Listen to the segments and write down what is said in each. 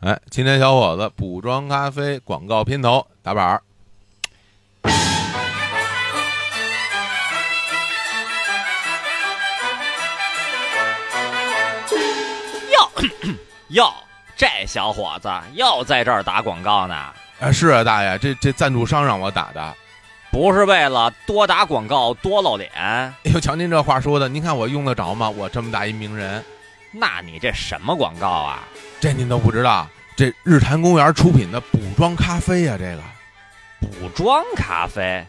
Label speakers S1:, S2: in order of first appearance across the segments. S1: 哎，青年小伙子补妆咖啡广告片头打板儿。
S2: 哟，这小伙子又在这儿打广告呢，
S1: 哎，是啊，大爷，这这赞助商让我打的。
S2: 不是为了多打广告多露脸？
S1: 哎呦，瞧您这话说的，您看我用得着吗？我这么大一名人，
S2: 那你这什么广告啊？
S1: 这您都不知道。这日坛公园出品的补妆咖啡呀、这个
S2: 补妆咖啡，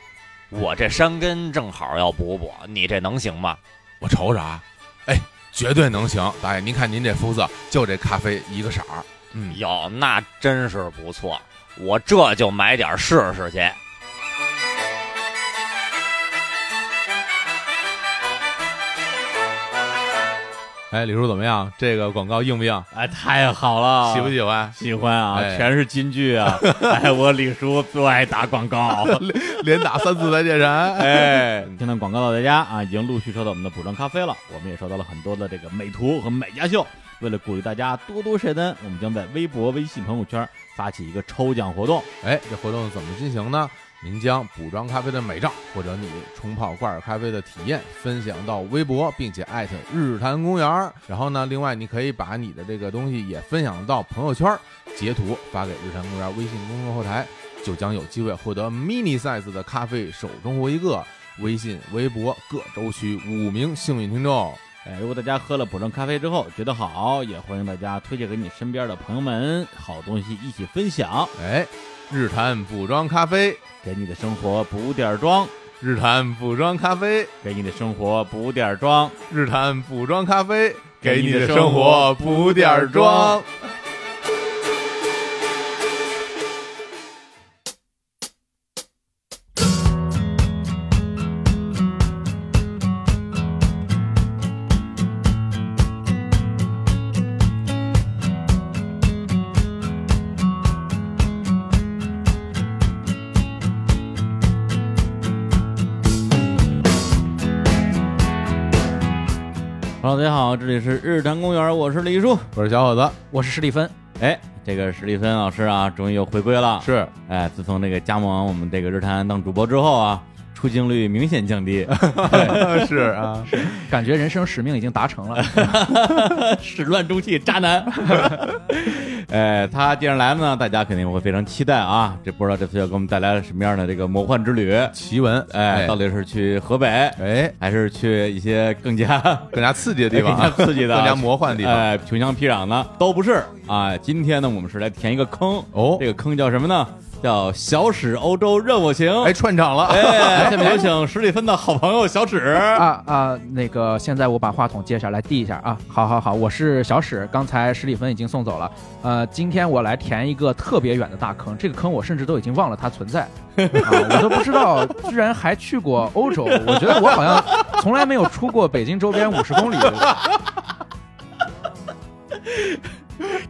S2: 我这山根正好要补补，你这能行吗？
S1: 我瞅瞅啊，哎，绝对能行。大爷，您看您这肤色，就这咖啡一个色儿。嗯，
S2: 哟，那真是不错，我这就买点试试去。
S1: 哎，李叔怎么样？这个广告硬不硬？
S3: 哎，太好了，
S1: 喜不喜欢？
S3: 喜欢啊，
S1: 哎
S3: 全是金句 啊！哎，我李叔最爱打广 告。
S1: 连打三次再见人。
S3: 哎， 听到广告的大家啊，已经陆续收到我们的补妆咖啡了。我们也收到了很多的这个美图和美家秀。为了鼓励大家多多晒单，我们将在微博、微信朋友圈发起一个抽奖活动。
S1: 哎，这活动怎么进行呢？您将补妆咖啡的美照或者你冲泡挂耳咖啡的体验分享到微博，并且艾特日坛公园儿。然后呢，另外你可以把你的这个东西也分享到朋友圈儿，截图发给日坛公园微信公众后台，就将有机会获得 mini size 的咖啡手中获一个。微信、微博各州区五名幸运听众。
S3: 哎，如果大家喝了补妆咖啡之后觉得好，也欢迎大家推荐给你身边的朋友们，好东西一起分享，
S1: 哎，日坛补妆咖啡，
S3: 给你的生活补点儿妆，
S1: 日坛补妆咖啡。
S3: 给你的生活补点儿妆。
S1: 日坛补妆咖啡，
S3: 给你的生活
S1: 补
S3: 点儿妆。Hello，大家好，这里是日坛公园，我是李叔。
S1: 我是小伙子，
S4: 我是史蒂芬，
S3: 哎，这个史蒂芬老师啊，终于又回归了。
S1: 是
S3: 哎，自从这个加盟我们这个日坛当主播之后啊，出镜率明显降低，
S1: 是啊，
S4: 感觉人生使命已经 达成了。
S3: 始乱终弃，渣男。 哎，他既然来了呢，大家肯定会非常期待啊。这不知道这次要给我们带来了什么样的这个魔幻之旅？
S1: 奇闻
S3: 哎，到底是去河北，
S1: 哎
S3: 还是去一些更加
S1: 更加刺激的地方啊，
S3: 更加刺激的啊、
S1: 更加魔幻的地方。
S3: 哎，穷乡僻壤的都不是啊。今天呢，我们是来填一个坑
S1: 哦
S3: 这个坑叫什么呢？叫小史欧洲任我行。
S1: 哎，串场了，
S3: 哎，下面有请史蒂芬的好朋友小史。
S4: 啊啊，那个，现在我把话筒接下来递一下啊。好好好，我是小史，刚才史蒂芬已经送走了。呃，今天我来填一个特别远的大坑，这个坑我甚至都已经忘了它 存在，啊，我都不知道居然还去过欧洲。我觉得我好像从来没有出过北京周边五十 公里。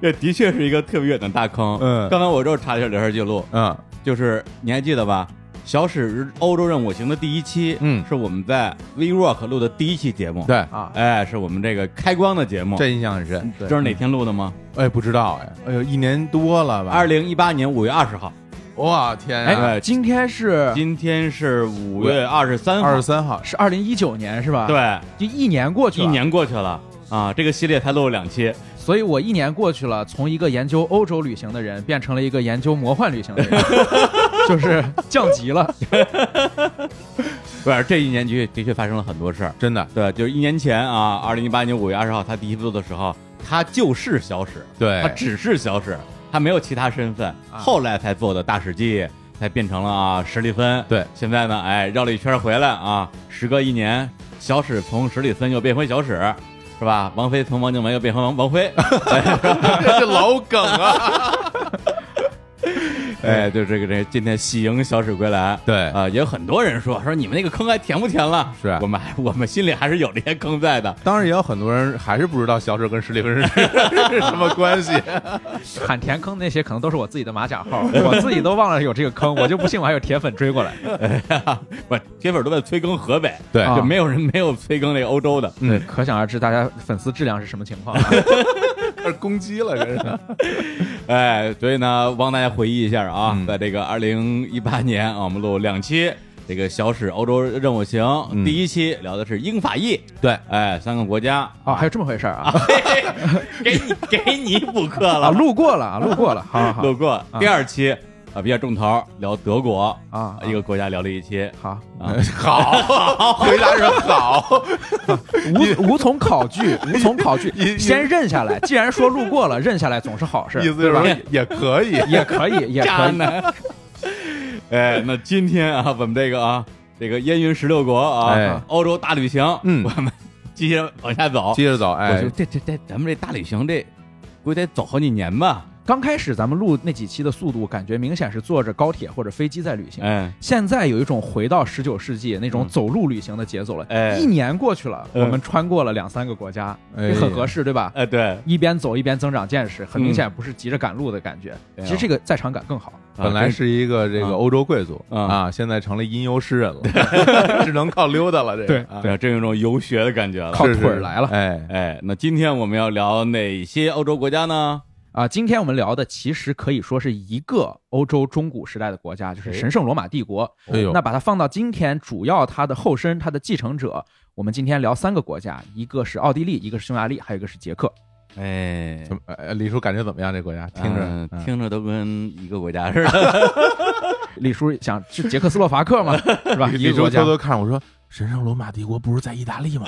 S3: 这的确是一个特别远的大坑。
S1: 嗯
S3: 刚才我又查了一下聊天记录，
S1: 嗯
S3: 就是你还记得吧？小史欧洲任我行的第一期，
S1: 嗯
S3: 是我们在 V Rock 录的第一期节目。，
S1: 对，
S4: 啊
S3: 哎，是我们这个开光的节目。
S1: 这印象很深。
S3: 知道哪天录的吗？
S1: 哎，不知道哎，哎呦，一年多了吧？
S3: 二零一八年五月二十号，
S1: 哇天啊呀，
S3: 哎
S4: 哎，今天是
S3: 今天是五月二十三号，
S1: 二十三号，
S4: 是二零一九年是吧？，
S3: 对，
S4: 就一年过去
S3: 一
S4: 了。
S3: 年过去了啊，这个系列才录了两期，
S4: 所以我一年过去了，从一个研究欧洲旅行的人变成了一个研究魔幻旅行 的人，就是降级了。
S3: 不是这一年的确的确发生了很多事儿。
S1: 真的
S3: 对，就是一年前啊，二零一八年五月二十号他第一次录的时候，他就是小史，
S1: 对
S3: 他，只是小史，他没有其他身份，
S4: 啊
S3: 后来才做的大史记。才变成了啊史蒂芬，
S1: 对
S3: 现在呢，哎，绕了一圈回来啊，时隔一年，小史从史蒂芬又变回小史，是吧？王菲从王靖雯又变回王 王菲，
S1: 这是老梗啊。
S3: 哎，就这个这今天喜迎小史归来，
S1: 对
S3: 啊、也有很多人说说你们那个坑还填不填了？
S1: 是啊
S3: 我们还我们心里还是有这些坑在的。
S1: 当然也有很多人还是不知道小史跟史蒂芬是 是什么关系。
S3: 啊
S4: 喊填坑那些可能都是我自己的马甲号， 我自己都忘了有这个坑，我就不信我还有铁粉追过来。
S3: 哎不，铁粉都在催更河北，
S1: 对
S3: 就
S4: 啊
S3: 没有人没有催更那个欧洲的。
S1: 嗯
S4: 可想而知，大家粉丝质量是什么情况、啊。
S1: 开始攻击了，这是。
S3: 哎，所以呢，帮大家回忆一下啊，
S1: 嗯
S3: 在这个二零一八年啊，我们录两期这个《小史欧洲任我行》
S1: 嗯
S3: 第一期聊的是英法意，
S1: 对，
S3: 哎，三个国家，
S4: 啊，还有这么回事儿啊
S3: 给 你给你补课
S4: 啊，
S3: 了，
S4: 路过了啊，路过了，好好 好嗯
S3: 路过第二期啊，比较重头聊德国
S4: 啊，
S3: 一个国家聊了一期，
S4: 好，
S1: 哎好，回答是好，
S4: 无无从考 据，无从考据
S1: 你，你
S4: 先认下来。既然说路过了，认下来总是好事，
S1: 意思
S4: 对
S1: 是
S4: 吧
S1: 说？也也可以，
S4: 也可以，也可
S3: 渣
S4: 以。
S3: 男。 哎，那今天啊，我们这个啊，这个烟云十六国啊，
S1: 哎
S3: 欧洲大旅行，
S1: 嗯
S3: 我们继续往下走。
S1: 接着走，
S3: 我
S1: 哎
S3: 说，这这这，咱们这大旅行这，估计得走好几年吧？
S4: 刚开始咱们录那几期的速度，感觉明显是坐着高铁或者飞机在旅行。
S3: 哎
S4: 现在有一种回到十九世纪那种
S3: 嗯
S4: 走路旅行的节奏了。
S3: 哎
S4: 一年过去了，
S3: 嗯
S4: 我们穿过了两三个国家，
S1: 哎
S4: 很合适，对吧？
S3: 哎，对，
S4: 一边走一边增长见识，很
S3: 嗯
S4: 明显不是急着赶路的感觉。
S3: 哎呦
S4: 其实这个在场感更好。
S1: 本来是一个这
S3: 啊
S1: 个欧洲贵族
S3: 啊
S1: 啊，现在成了吟游诗人 了，只能靠溜达了。这个
S4: 对
S1: 啊
S3: 对，真有种游学的感觉了。
S4: 靠
S1: 是是
S4: 腿儿来了
S1: 哎，
S3: 哎，那今天我们要聊哪些欧洲国家呢？
S4: 啊，今天我们聊的其实可以说是一个欧洲中古时代的国家，
S3: 哎
S4: 就是神圣罗马帝国。
S1: 哎呦
S4: 那把它放到今天，主要它的后身、它的继承者，我们今天聊三个国家，一个是奥地利，一个是匈牙利，还有一个是捷克。
S3: 哎，
S1: 怎么呃李叔感觉怎么样？这国家听着
S3: 嗯
S1: 嗯
S3: 听着都跟一个国家似 的。
S4: 李叔想是捷克斯洛伐克 嘛，是吧？一
S1: 李
S4: 个
S1: 叔
S4: 国家
S1: 偷。偷看我说。神圣罗马帝国不是在意大 利吗？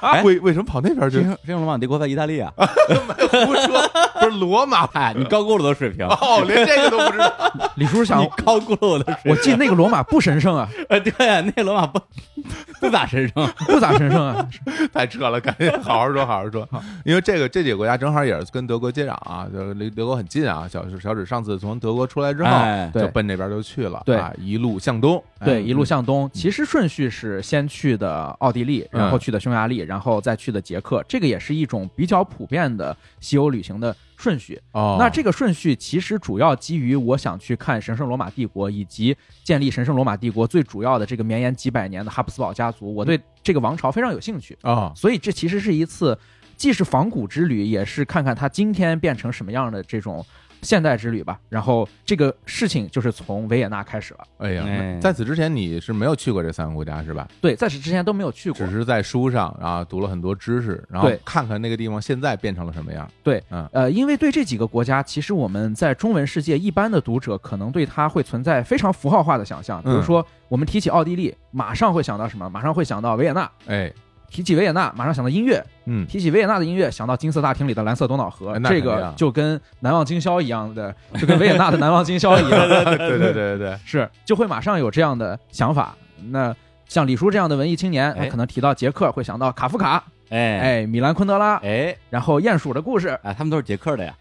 S3: 哎
S1: 为为什么跑那边去
S3: 神？圣神圣罗马帝国在意大利啊！
S1: 胡 说，不是罗马
S3: 哎，你高估了我的水平，
S1: 哦，连这个都不知道。
S4: 李叔 想
S3: 你，高估了我的水
S4: 我记得那个罗马不神圣 啊，
S3: 平。呃， 对，那罗马不 不咋神 圣。
S4: 不咋神圣啊。
S1: 太扯了，赶紧好好说，好好说。因为这个这几个国家正好也是跟德国接壤啊，就是离德国很近啊。小小指上次从德国出来之后，
S3: 哎
S1: 就
S4: 对
S1: 奔这边就去了，
S4: 对
S1: 啊，一路向东，
S4: 对，
S1: 哎
S4: 一路向东，嗯其实顺序是先去的奥地利，
S1: 嗯
S4: 然后去的匈牙利，然后再去的捷克，这个也是一种比较普遍的西欧旅行的顺序。
S1: 哦，
S4: 那这个顺序其实主要基于我想去看神圣罗马帝国，以及建立神圣罗马帝国最主要的这个绵延几百年的哈布斯堡家族，我对这个王朝非常有兴趣，
S1: 哦，
S4: 所以这其实是一次既是仿古之旅，也是看看它今天变成什么样的这种现代之旅吧。然后这个事情就是从维也纳开始了。
S1: 哎呀，
S3: 哎
S1: 那在此之前你是没有去过这三个国家是吧？
S4: 对，在此之前都没有去过
S1: 只。是在书上啊读了很多知识，然后
S4: 对
S1: 看看那个地方现在变成了什么样。
S4: 对，
S1: 嗯
S4: 呃，因为对这几个国家，其实我们在中文世界一般的读者可能对它会存在非常符号化的想象，比如
S1: 嗯
S4: 说我们提起奥地利，马上会想到什么？马上会想到维也纳。
S1: 哎，
S4: 提起维也纳，马上想到音乐；
S1: 嗯，
S4: 提起维也纳的音乐，想到金色大厅里的蓝色多瑙河
S1: 哎，那
S4: 这
S1: 肯定
S4: 个
S1: 啊
S4: 就跟难忘今宵一样的，就跟维也纳的难忘今宵一 样，
S1: 对对对对对，
S4: 是就会马上有这样的想法。那像李叔这样的文艺青年，他
S3: 哎
S4: 可能提到捷克会想到卡夫卡，
S3: 哎
S4: 哎，米兰昆德拉，
S3: 哎
S4: 然后鼹鼠的故 事，
S3: 啊，他们都是捷克的呀。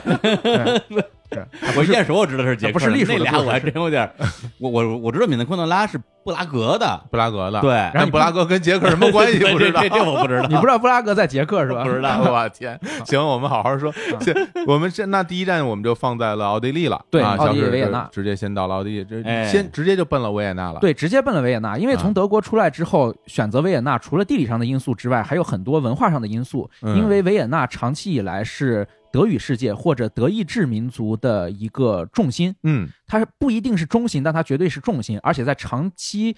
S4: 对是
S3: 啊我鼹鼠我知道是捷克的，
S4: 不是隶属
S3: 那
S4: 的
S3: 俩
S4: 部分
S3: 我还真有点儿。我我我知道米兰昆德拉是布拉格的，
S1: 布拉格的，
S3: 对，，
S4: 然后
S1: 但
S4: 你
S1: 布拉格跟捷克什么 关系不知道
S3: 这。这这我 不知道。
S4: 你不知道布拉格在捷克是吧？
S1: 不知 道，我 天！行，我们好好说。这我们这那第一站我们就放在了奥地利了，
S4: 嗯对
S1: 啊，
S4: 奥地利
S1: 小史
S4: 维也纳
S1: 就直接先到了奥地利，这
S3: 哎
S1: 先直接就奔了维也纳了。
S4: 对，直接奔了维也纳，因为
S1: 啊
S4: 从德国出来之后，选择维也纳除了地理上的因素之外，还有很多文化上的因素。
S1: 嗯
S4: 因为维也纳长期以来是德语世界或者德意志民族的一个重心，
S1: 嗯，
S4: 它是不一定是中心，但它绝对是重心，而且在长期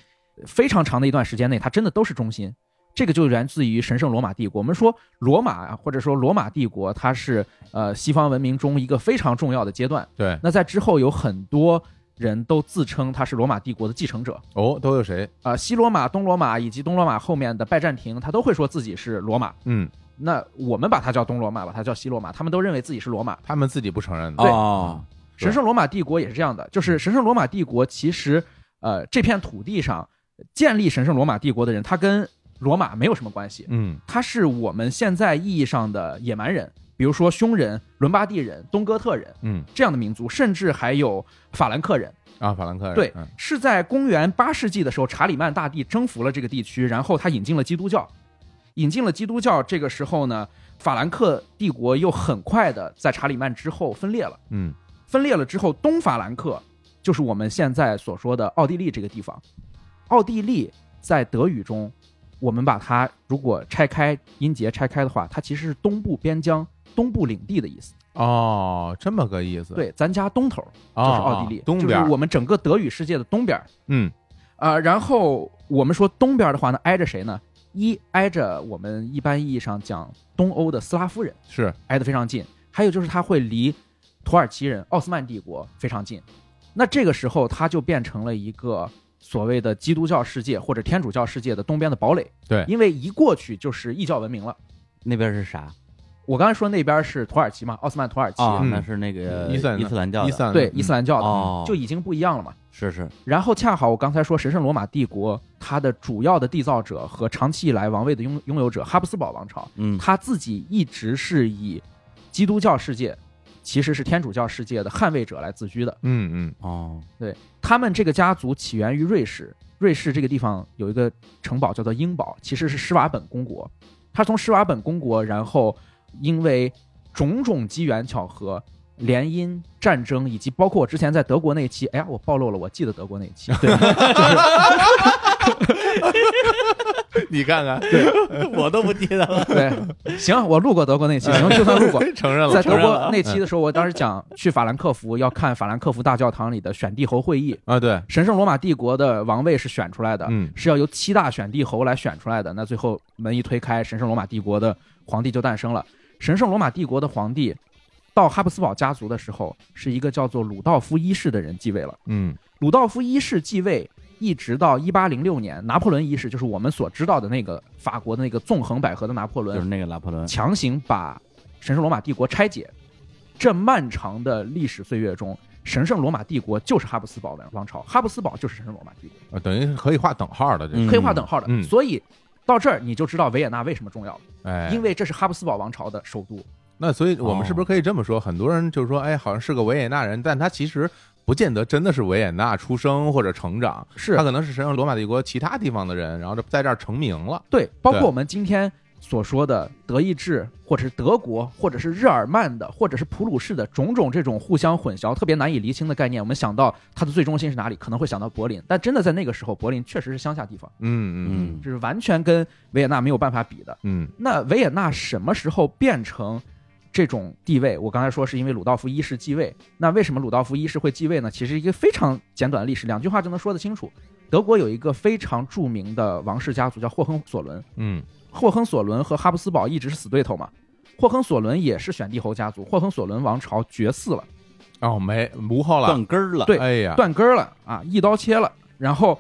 S4: 非常长的一段时间内，它真的都是中心。这个就源自于神圣罗马帝国。我们说罗马啊或者说罗马帝国，它是呃西方文明中一个非常重要的阶段。
S1: 对。
S4: 那在之后有很多人都自称他是罗马帝国的继承者，
S1: 哦，都有谁？
S4: 啊、西罗马、东罗马以及东罗马后面的拜占庭，他都会说自己是罗马。
S1: 嗯，
S4: 那我们把它叫东罗马，把它叫西罗马，他们都认为自己是罗马。
S1: 他们自己不承认的。
S3: 哦，
S1: 对嗯
S4: 神圣罗马帝国也是这样的，就是神圣罗马帝国其实，呃，这片土地上建立神圣罗马帝国的人，他跟罗马没有什么关系，
S1: 嗯，
S4: 他是我们现在意义上的野蛮人，比如说匈人、伦巴第人、东哥特人，
S1: 嗯，
S4: 这样的民族，甚至还有法兰克人。
S1: 啊，法兰克人。
S4: 对
S1: 嗯，
S4: 是在公元八世纪的时候，查理曼大帝征服了这个地区，然后他引进了基督教。引进了基督教，这个时候呢，法兰克帝国又很快的在查理曼之后分裂了。
S1: 嗯，
S4: 分裂了之后，东法兰克就是我们现在所说的奥地利这个地方。奥地利在德语中我们把它如果拆开音节拆开的话，它其实是东部边疆、东部领地的意思。
S1: 哦，这么个意思，，
S4: 对，咱家东头
S1: 就
S4: 就是奥地利，
S1: 啊东边
S4: 就
S1: 儿，
S4: 是我们整个德语世界的东边儿。
S1: 嗯，
S4: 啊，然后我们说东边的话呢，挨着谁呢？一挨着我们一般意义上讲东欧的斯拉夫人，
S1: 是
S4: 挨得非常近；还有就是它会离土耳其人、奥斯曼帝国非常近。那这个时候，它就变成了一个所谓的基督教世界或者天主教世界的东边的堡垒。
S1: 对
S4: 因为一过去就是异教文明了。
S3: 那边是啥
S4: 我刚才说那边是土耳其嘛，奥斯曼土耳其，
S3: 啊？
S1: 嗯
S3: 那是那个
S1: 伊斯兰
S3: 伊斯兰教
S1: 伊
S3: 的
S1: 斯兰嗯
S4: 对伊斯兰教的、
S3: 哦
S4: 就已经不一样了嘛。
S3: 是是
S4: 然后恰好我刚才说神圣罗马帝国，它的主要的缔造者和长期以来王位的拥拥有者哈布斯堡王朝，
S3: 嗯
S4: 它自己一直是以基督教世界，其实是天主教世界的捍卫者来自居的。
S1: 嗯 嗯
S3: 哦
S4: 他们这个家族起源于瑞士，瑞士这个地方有一个城堡叫做英堡，其实是施瓦本公国。它从施瓦本公国，然后因为种种机缘巧合。联姻、战争，以及包括我之前在德国那一期，哎呀，我暴露了，我记得德国那一期，对，
S1: 嗯，你看看，
S3: 我都不记得了。
S4: 对，行，我录过德国那期，行，就算录 过。
S1: 承认了，
S4: 在德
S3: 承认
S4: 国
S3: 了啊
S4: 那期的时候，我当时讲去法兰克福要看法兰克福大教堂里的选帝侯会议，
S1: 啊，对，
S4: 神圣罗马帝国的王位是选出来的，
S1: 嗯
S4: 是要由七大选帝侯来选出来的。那最后门一推开，神圣罗马帝国的皇帝就诞生了。神圣罗马帝国的皇帝到哈布斯堡家族的时候，是一个叫做鲁道夫一世的人继位了。
S1: 嗯
S4: 鲁道夫一世继位，一直到一八零六年，拿破仑一世，就是我们所知道的那个法国的那个纵横捭阖的拿破仑
S3: 就是，那个拿破仑，
S4: 强行把神圣罗马帝国拆解。这漫长的历史岁月中，神圣罗马帝国就是哈布斯堡王朝，哈布斯堡就是神圣罗马帝国，
S1: 啊等于是可以画等号的，这个，
S3: 嗯
S4: 可以划等号的。
S1: 嗯
S4: 所以到这儿你就知道维也纳为什么重要了，
S1: 哎，
S4: 因为这哦是哈布斯堡王朝的首都。
S1: 那所以我们是不是可以这么说？很多人就是说，哎，好像是个维也纳人，但他其实不见得真的是维也纳出生或者成长，
S4: 是
S1: 他可能是神圣罗马帝国其他地方的人，然后这在这儿成名了。
S4: 对，包
S1: 对
S4: 括我们今天所说的德意志，或者是德国，或者是日耳曼的，或者是普鲁士的种种这种互相混淆、特别难以厘清的概念，我们想到它的最中心是哪里，可能会想到柏林，但真的在那个时候，柏林确实是乡下地方，
S1: 嗯嗯
S3: 嗯
S4: 这是完全跟维也纳没有办法比的。
S1: 嗯
S4: 那维也纳什么时候变成这种地位？我刚才说是因为鲁道夫一世继位。那为什么鲁道夫一世会继位呢？其实一个非常简短的历史，两句话就能说得清楚。德国有一个非常著名的王室家族叫霍亨索伦，
S1: 嗯
S4: 霍亨索伦和哈布斯堡一直是死对头嘛。霍亨索伦也是选帝侯家族，霍亨索伦王朝绝嗣了，
S1: 嗯，哦，没无后了，
S3: 断根儿了。
S4: 对
S1: 哎呀，
S4: 断根儿了啊，一刀切了。然后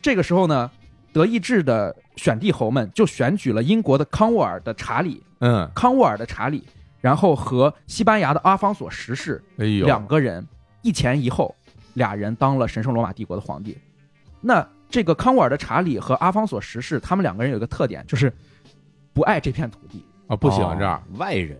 S4: 这个时候呢，德意志的选帝侯们就选举了英国的康沃尔的查理
S1: 嗯，
S4: 康沃尔的查理，然后和西班牙的阿方索十世
S1: 哎呦，
S4: 两个人一前一后，俩人当了神圣罗马帝国的皇帝。那这个康沃尔的查理和阿方索十世，他们两个人有一个特点，就是不爱这片土地，
S1: 啊，不喜欢这儿
S3: 哦外人，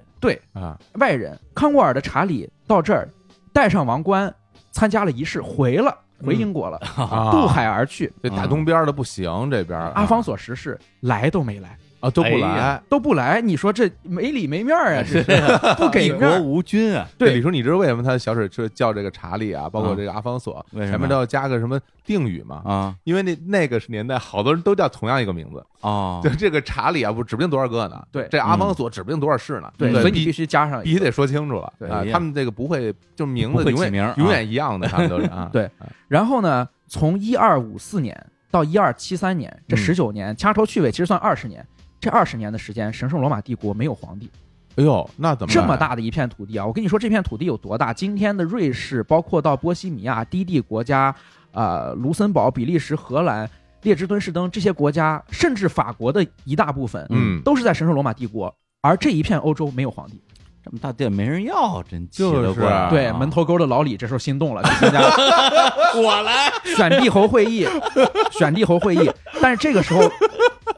S1: 啊，
S4: 外人。康沃尔的查理到这儿，戴上王冠，参加了仪式，回了，回英国了，
S1: 啊
S4: 渡海而去。
S1: 这大东边的不行，这边
S4: 阿方索十世来都没来，
S1: 啊都不
S2: 哎
S1: 来
S2: 呀。
S4: 都不来，你说这没理没面儿啊，这是不给
S3: 一
S4: 面
S3: 国
S4: 儿。
S3: 无君啊！
S4: 对
S1: 这李叔，你知道为什么他小水车叫这个查理啊，包括这个阿方索，
S3: 嗯为
S1: 前
S3: 什么
S1: 面都要加个什么定语嘛？
S3: 啊
S1: 因为那那个年代，好多人都叫同样一个名字，
S3: 哦
S1: 就这个查理啊，不指不定多少个呢？
S4: 对
S1: 这阿
S3: 嗯
S1: 方索指不定多少世呢？
S4: 对，
S1: 对
S4: 所以你必
S1: 必
S4: 须加上一个
S1: 必须得说清楚了
S4: 对。
S1: 啊
S3: 一！样
S1: 他们这个不会，就名
S3: 哎不
S1: 字
S3: 会
S1: 永
S3: 起
S1: 远
S3: 名儿啊
S1: 永远一样 的，他们都是啊
S4: 对然后呢，从一二五四年到一二七三年，
S1: 嗯
S4: 这十九年掐头去尾，其实算二十年。这二十年的时间，神圣罗马帝国没有皇帝，
S1: 哎呦，那怎么
S4: 这
S1: 办
S4: 么？大的一片土地啊！我跟你说，这片土地有多大？今天的瑞士，包括到波西米亚、低地国家，呃，卢森堡、比利时、荷兰、列支敦士登这些国家，甚至法国的一大部分，
S1: 嗯，
S4: 都是在神圣罗马帝国。而这一片欧洲没有皇帝，
S3: 这么大店没人要，真气
S1: 就是
S3: 得过来啊
S4: 对门头沟的老李这时候心动了，就 参加我来选帝侯会议，选帝侯会议。但是这个时候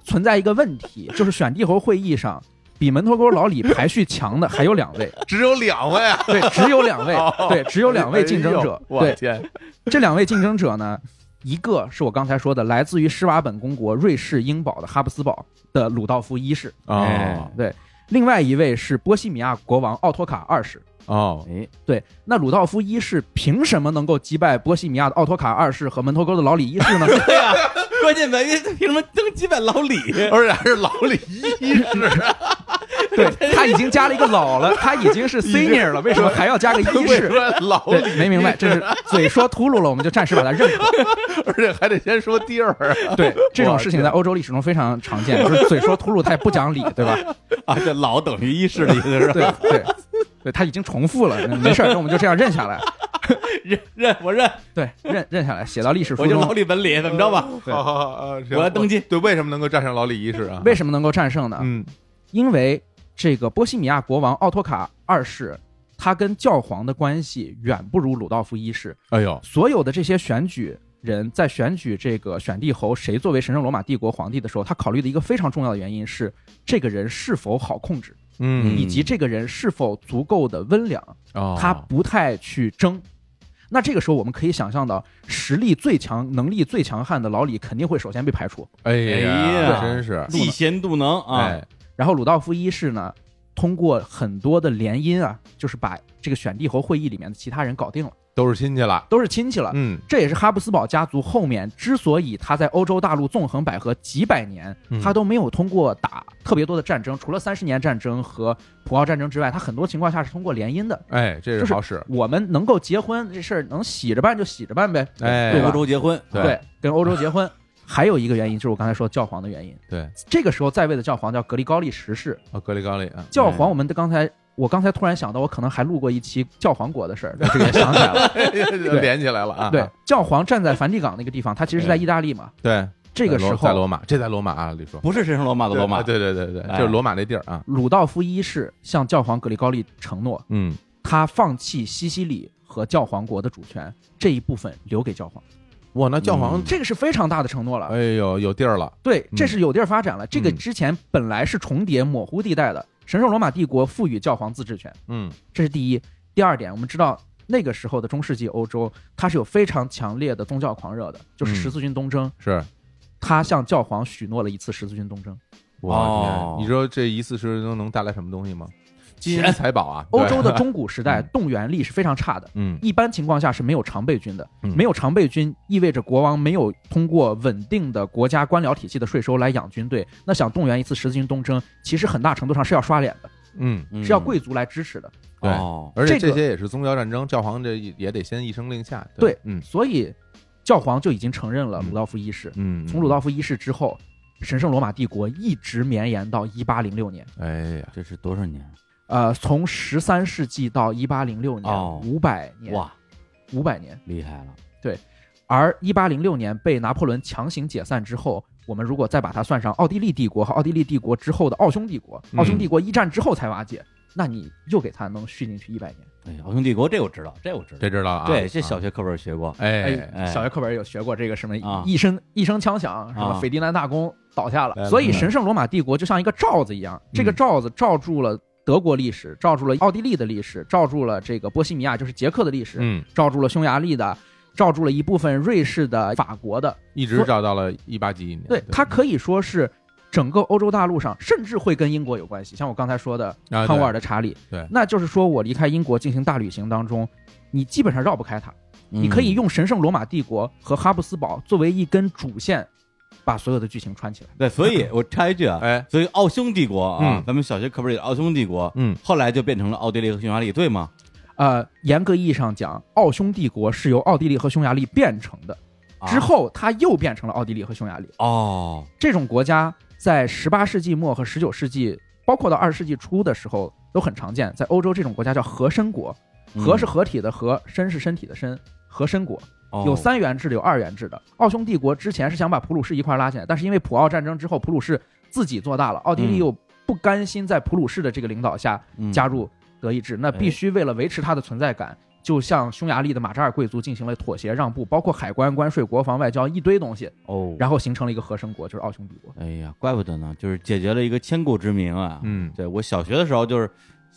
S4: 存在一个问题，就是选帝侯会议上比门头沟老李排序强的还有两位，
S1: 只有两位啊，
S4: 对，只有两位
S1: 哦，
S4: 对，只有两位竞争者
S1: 哎呦，我
S4: 对，
S1: 天，
S4: 这两位竞争者呢，一个是我刚才说的来自于施瓦本公国瑞士英堡的哈布斯堡的鲁道夫一世，
S1: 哦
S3: 哎
S4: 另外一位是波西米亚国王奥托卡二世。
S1: 哦，
S3: 哎，
S4: 对，那鲁道夫 一世凭什么能够击败波西米亚的奥托卡二世和门头沟的老李一世呢？对呀、
S3: 关键白云凭什么登基本老李？
S1: 而且还是老李一世，啊
S4: 对他已经加了一个老了，他已经是 senior 了，为什么还要加个一
S1: 为什
S4: 世？
S1: 么老
S4: 对
S1: 李，，
S4: 没明白，这是嘴说秃噜了，我们就暂时把它认可。
S1: 而且还得先说第二，啊
S4: 对，这种事情在欧洲历史中非常常见，就是嘴说秃噜，他也不讲理，对 吧？
S3: 啊，这老等于一世的意思是吧？
S4: 对对对，他已经重复了，那没事儿，那我们就这样认下来。
S3: 认认我认，
S4: 对，认认下来，写到历史书
S3: 我就老
S4: 中。
S3: 李本李，怎么着吧？
S4: 哦
S1: 好好好，啊行
S3: 我要登基
S1: 对，为什么能够战胜老李一世啊？
S4: 为什么能够战胜呢？
S1: 嗯，
S4: 因为这个波西米亚国王奥托卡二世，他跟教皇的关系远不如鲁道夫一世。
S1: 哎呦，
S4: 所有的这些选举人在选举这个选帝侯谁作为神圣罗马帝国皇帝的时候，他考虑的一个非常重要的原因是这个人是否好控制，
S1: 嗯
S4: 以及这个人是否足够的温良。
S1: 哦
S4: 他不太去争。那这个时候，我们可以想象到，实力最强、能力最强悍的老李肯定会首先被排除。
S1: 哎
S3: 哎
S1: 呀，
S3: 呀
S1: 真是，
S3: 嫉贤妒能啊！
S1: 哎，
S4: 然后鲁道夫一世呢，通过很多的联姻啊，就是把这个选帝侯会议里面的其他人搞定了，
S1: 都是亲戚了，
S4: 都是亲戚了。
S1: 嗯，
S4: 这也是哈布斯堡家族后面之所以他在欧洲大陆纵横捭阖几百年
S1: 嗯，
S4: 他都没有通过打特别多的战争，除了三十年战争和普奥战争之外，他很多情况下是通过联姻的。
S1: 哎，这
S4: 就是
S1: 好使，
S4: 我们能够结婚这事儿，能洗着办就洗着办呗。
S1: 哎，
S4: 对吧
S3: 欧洲结婚，
S1: 对
S4: 对，跟欧洲结婚。还有一个原因就是我刚才说教皇的原因。
S1: 对，
S4: 这个时候在位的教皇叫格里高利十世。
S1: 啊，格里高利 啊，
S4: 教皇，我们的刚才我刚才突然想到，我可能还录过一期教皇国的事 儿，这个也想起来了。
S1: 连起来了啊，
S4: 对，教皇站在梵蒂冈那个地方，他其实是在意大利嘛。
S1: 对，
S4: 这个
S1: 在罗
S4: 时
S1: 在罗
S4: 候，
S1: 马，这在罗马啊，李叔，啊
S3: 不是神圣罗马的罗马，
S1: 对对对对，对
S3: 哎
S1: 就是罗马那地儿啊，
S4: 鲁道夫一世向教皇格里高利承诺，
S1: 嗯，
S4: 他放弃西西里和教皇国的主权，这一部分留给教皇。
S1: 哇，那教皇
S3: 嗯，
S4: 这个是非常大的承诺了。
S1: 哎呦，有地儿了，
S4: 对，
S1: 嗯
S4: 这是有地儿发展了。这个
S1: 嗯
S4: 之前本来是重叠模糊地带的，神圣罗马帝国赋予教皇自治权，
S1: 嗯，
S4: 这是第一。第二点，我们知道那个时候的中世纪欧洲，它是有非常强烈的宗教狂热的，就是
S1: 嗯
S4: 十字军东征，
S1: 是，
S4: 他向教皇许诺了一次十字军东征。
S1: 我天
S3: 哦
S1: 你说这一次十能能带来什么东西吗？金银
S3: 钱
S1: 财宝啊，
S4: 欧
S1: 对
S4: 洲的中古时代
S1: 嗯
S4: 动员力是非常差的。
S1: 嗯
S4: 一般情况下是没有常备军的，
S1: 嗯
S4: 没有常备军意味着国王没有通过稳定的国家官僚体系的税收来养军队。那想动员一次十字军东征，其实很大程度上是要刷脸的，
S1: 嗯，
S3: 嗯
S4: 是要贵族来支持的。
S1: 对
S3: 哦，
S1: 而且
S4: 这个
S1: 这些也是宗教战争，教皇这也得先一声令下，
S4: 对，
S1: 嗯
S4: 所以教皇就已经承认了
S1: 嗯
S4: 鲁道夫一世。
S1: 嗯，
S4: 从鲁道夫一世之后，神圣罗马帝国一直绵延到一八零六年，
S1: 嗯，哎呀，
S3: 这是多少年？
S4: 呃，从十三世纪到一八零六
S3: 哦
S4: 年，五百年，
S3: 哇，
S4: 五百年。
S3: 厉害了！
S4: 而一八零六年被拿破仑强行解散之后，我们如果再把它算上奥地利帝国和奥地利帝国之后的奥匈帝国，
S1: 嗯
S4: 奥匈帝国一战之后才瓦解，那你又给它能续进去一百年。
S3: 哎，奥匈帝国这我知道，这我知道
S1: 这，知道了啊，
S3: 对，这小
S1: 啊，
S3: 学课本学过。
S1: 哎，
S3: 哎
S4: 小学课本有学过这个什么
S3: 啊
S4: 一声一声枪响，什么
S3: 啊
S4: 斐迪南大公倒下
S1: 来
S4: 了，
S1: 了
S4: 所以神圣罗马帝国就像一个罩子一样，这个罩子罩住了德国历史，罩住了奥地利的历史，罩住了这个波西米亚就是捷克的历史，
S1: 嗯，
S4: 罩住了匈牙利的，罩住了一部分瑞士的、法国的，
S1: 一直找到了一八几一年，
S4: 对，它可以说是。整个欧洲大陆上，甚至会跟英国有关系，像我刚才说的
S1: 啊
S4: 康沃尔
S1: 对
S4: 的查理，
S1: 对
S4: 那就是说我离开英国进行大旅行当中，你基本上绕不开它。你可以
S3: 嗯
S4: 用神圣罗马帝国和哈布斯堡作为一根主线，把所有的剧情串起来。
S3: 对，所 以我插一句啊，
S1: 哎，
S3: 所以奥匈帝国啊
S1: 嗯，
S3: 咱们小学课本里的奥匈帝国，
S1: 嗯，
S3: 后来就变成了奥地利和匈牙利，对吗？
S4: 呃，严格意义上讲，奥匈帝国是由奥地利和匈牙利变成的，
S3: 啊
S4: 之后它又变成了奥地利和匈牙利。
S3: 哦，
S4: 这种国家在十八世纪末和十九世纪，包括到二十世纪初的时候都很常见，在欧洲这种国家叫和绅国，和是合体的和，身是身体的身。和绅国
S3: 哦
S4: 有三元制的，有二元制的。奥匈帝国之前是想把普鲁士一块儿拉进来，但是因为普奥战争之后，普鲁士自己做大了，奥地利
S3: 嗯
S4: 又不甘心在普鲁士的这个领导下加
S3: 入
S4: 入德意志，那
S3: 哎
S4: 必须为了维持它的存在感，就向匈牙利的马扎尔贵族进行了妥协让步，包括海关、关税、国防、外交一堆东西，
S3: 哦，
S4: 然后形成了一个和声国，就是奥匈帝国。
S3: 哎呀，怪不得呢，就是解决了一个千古之谜啊。
S1: 嗯，
S3: 对我小学的时候就是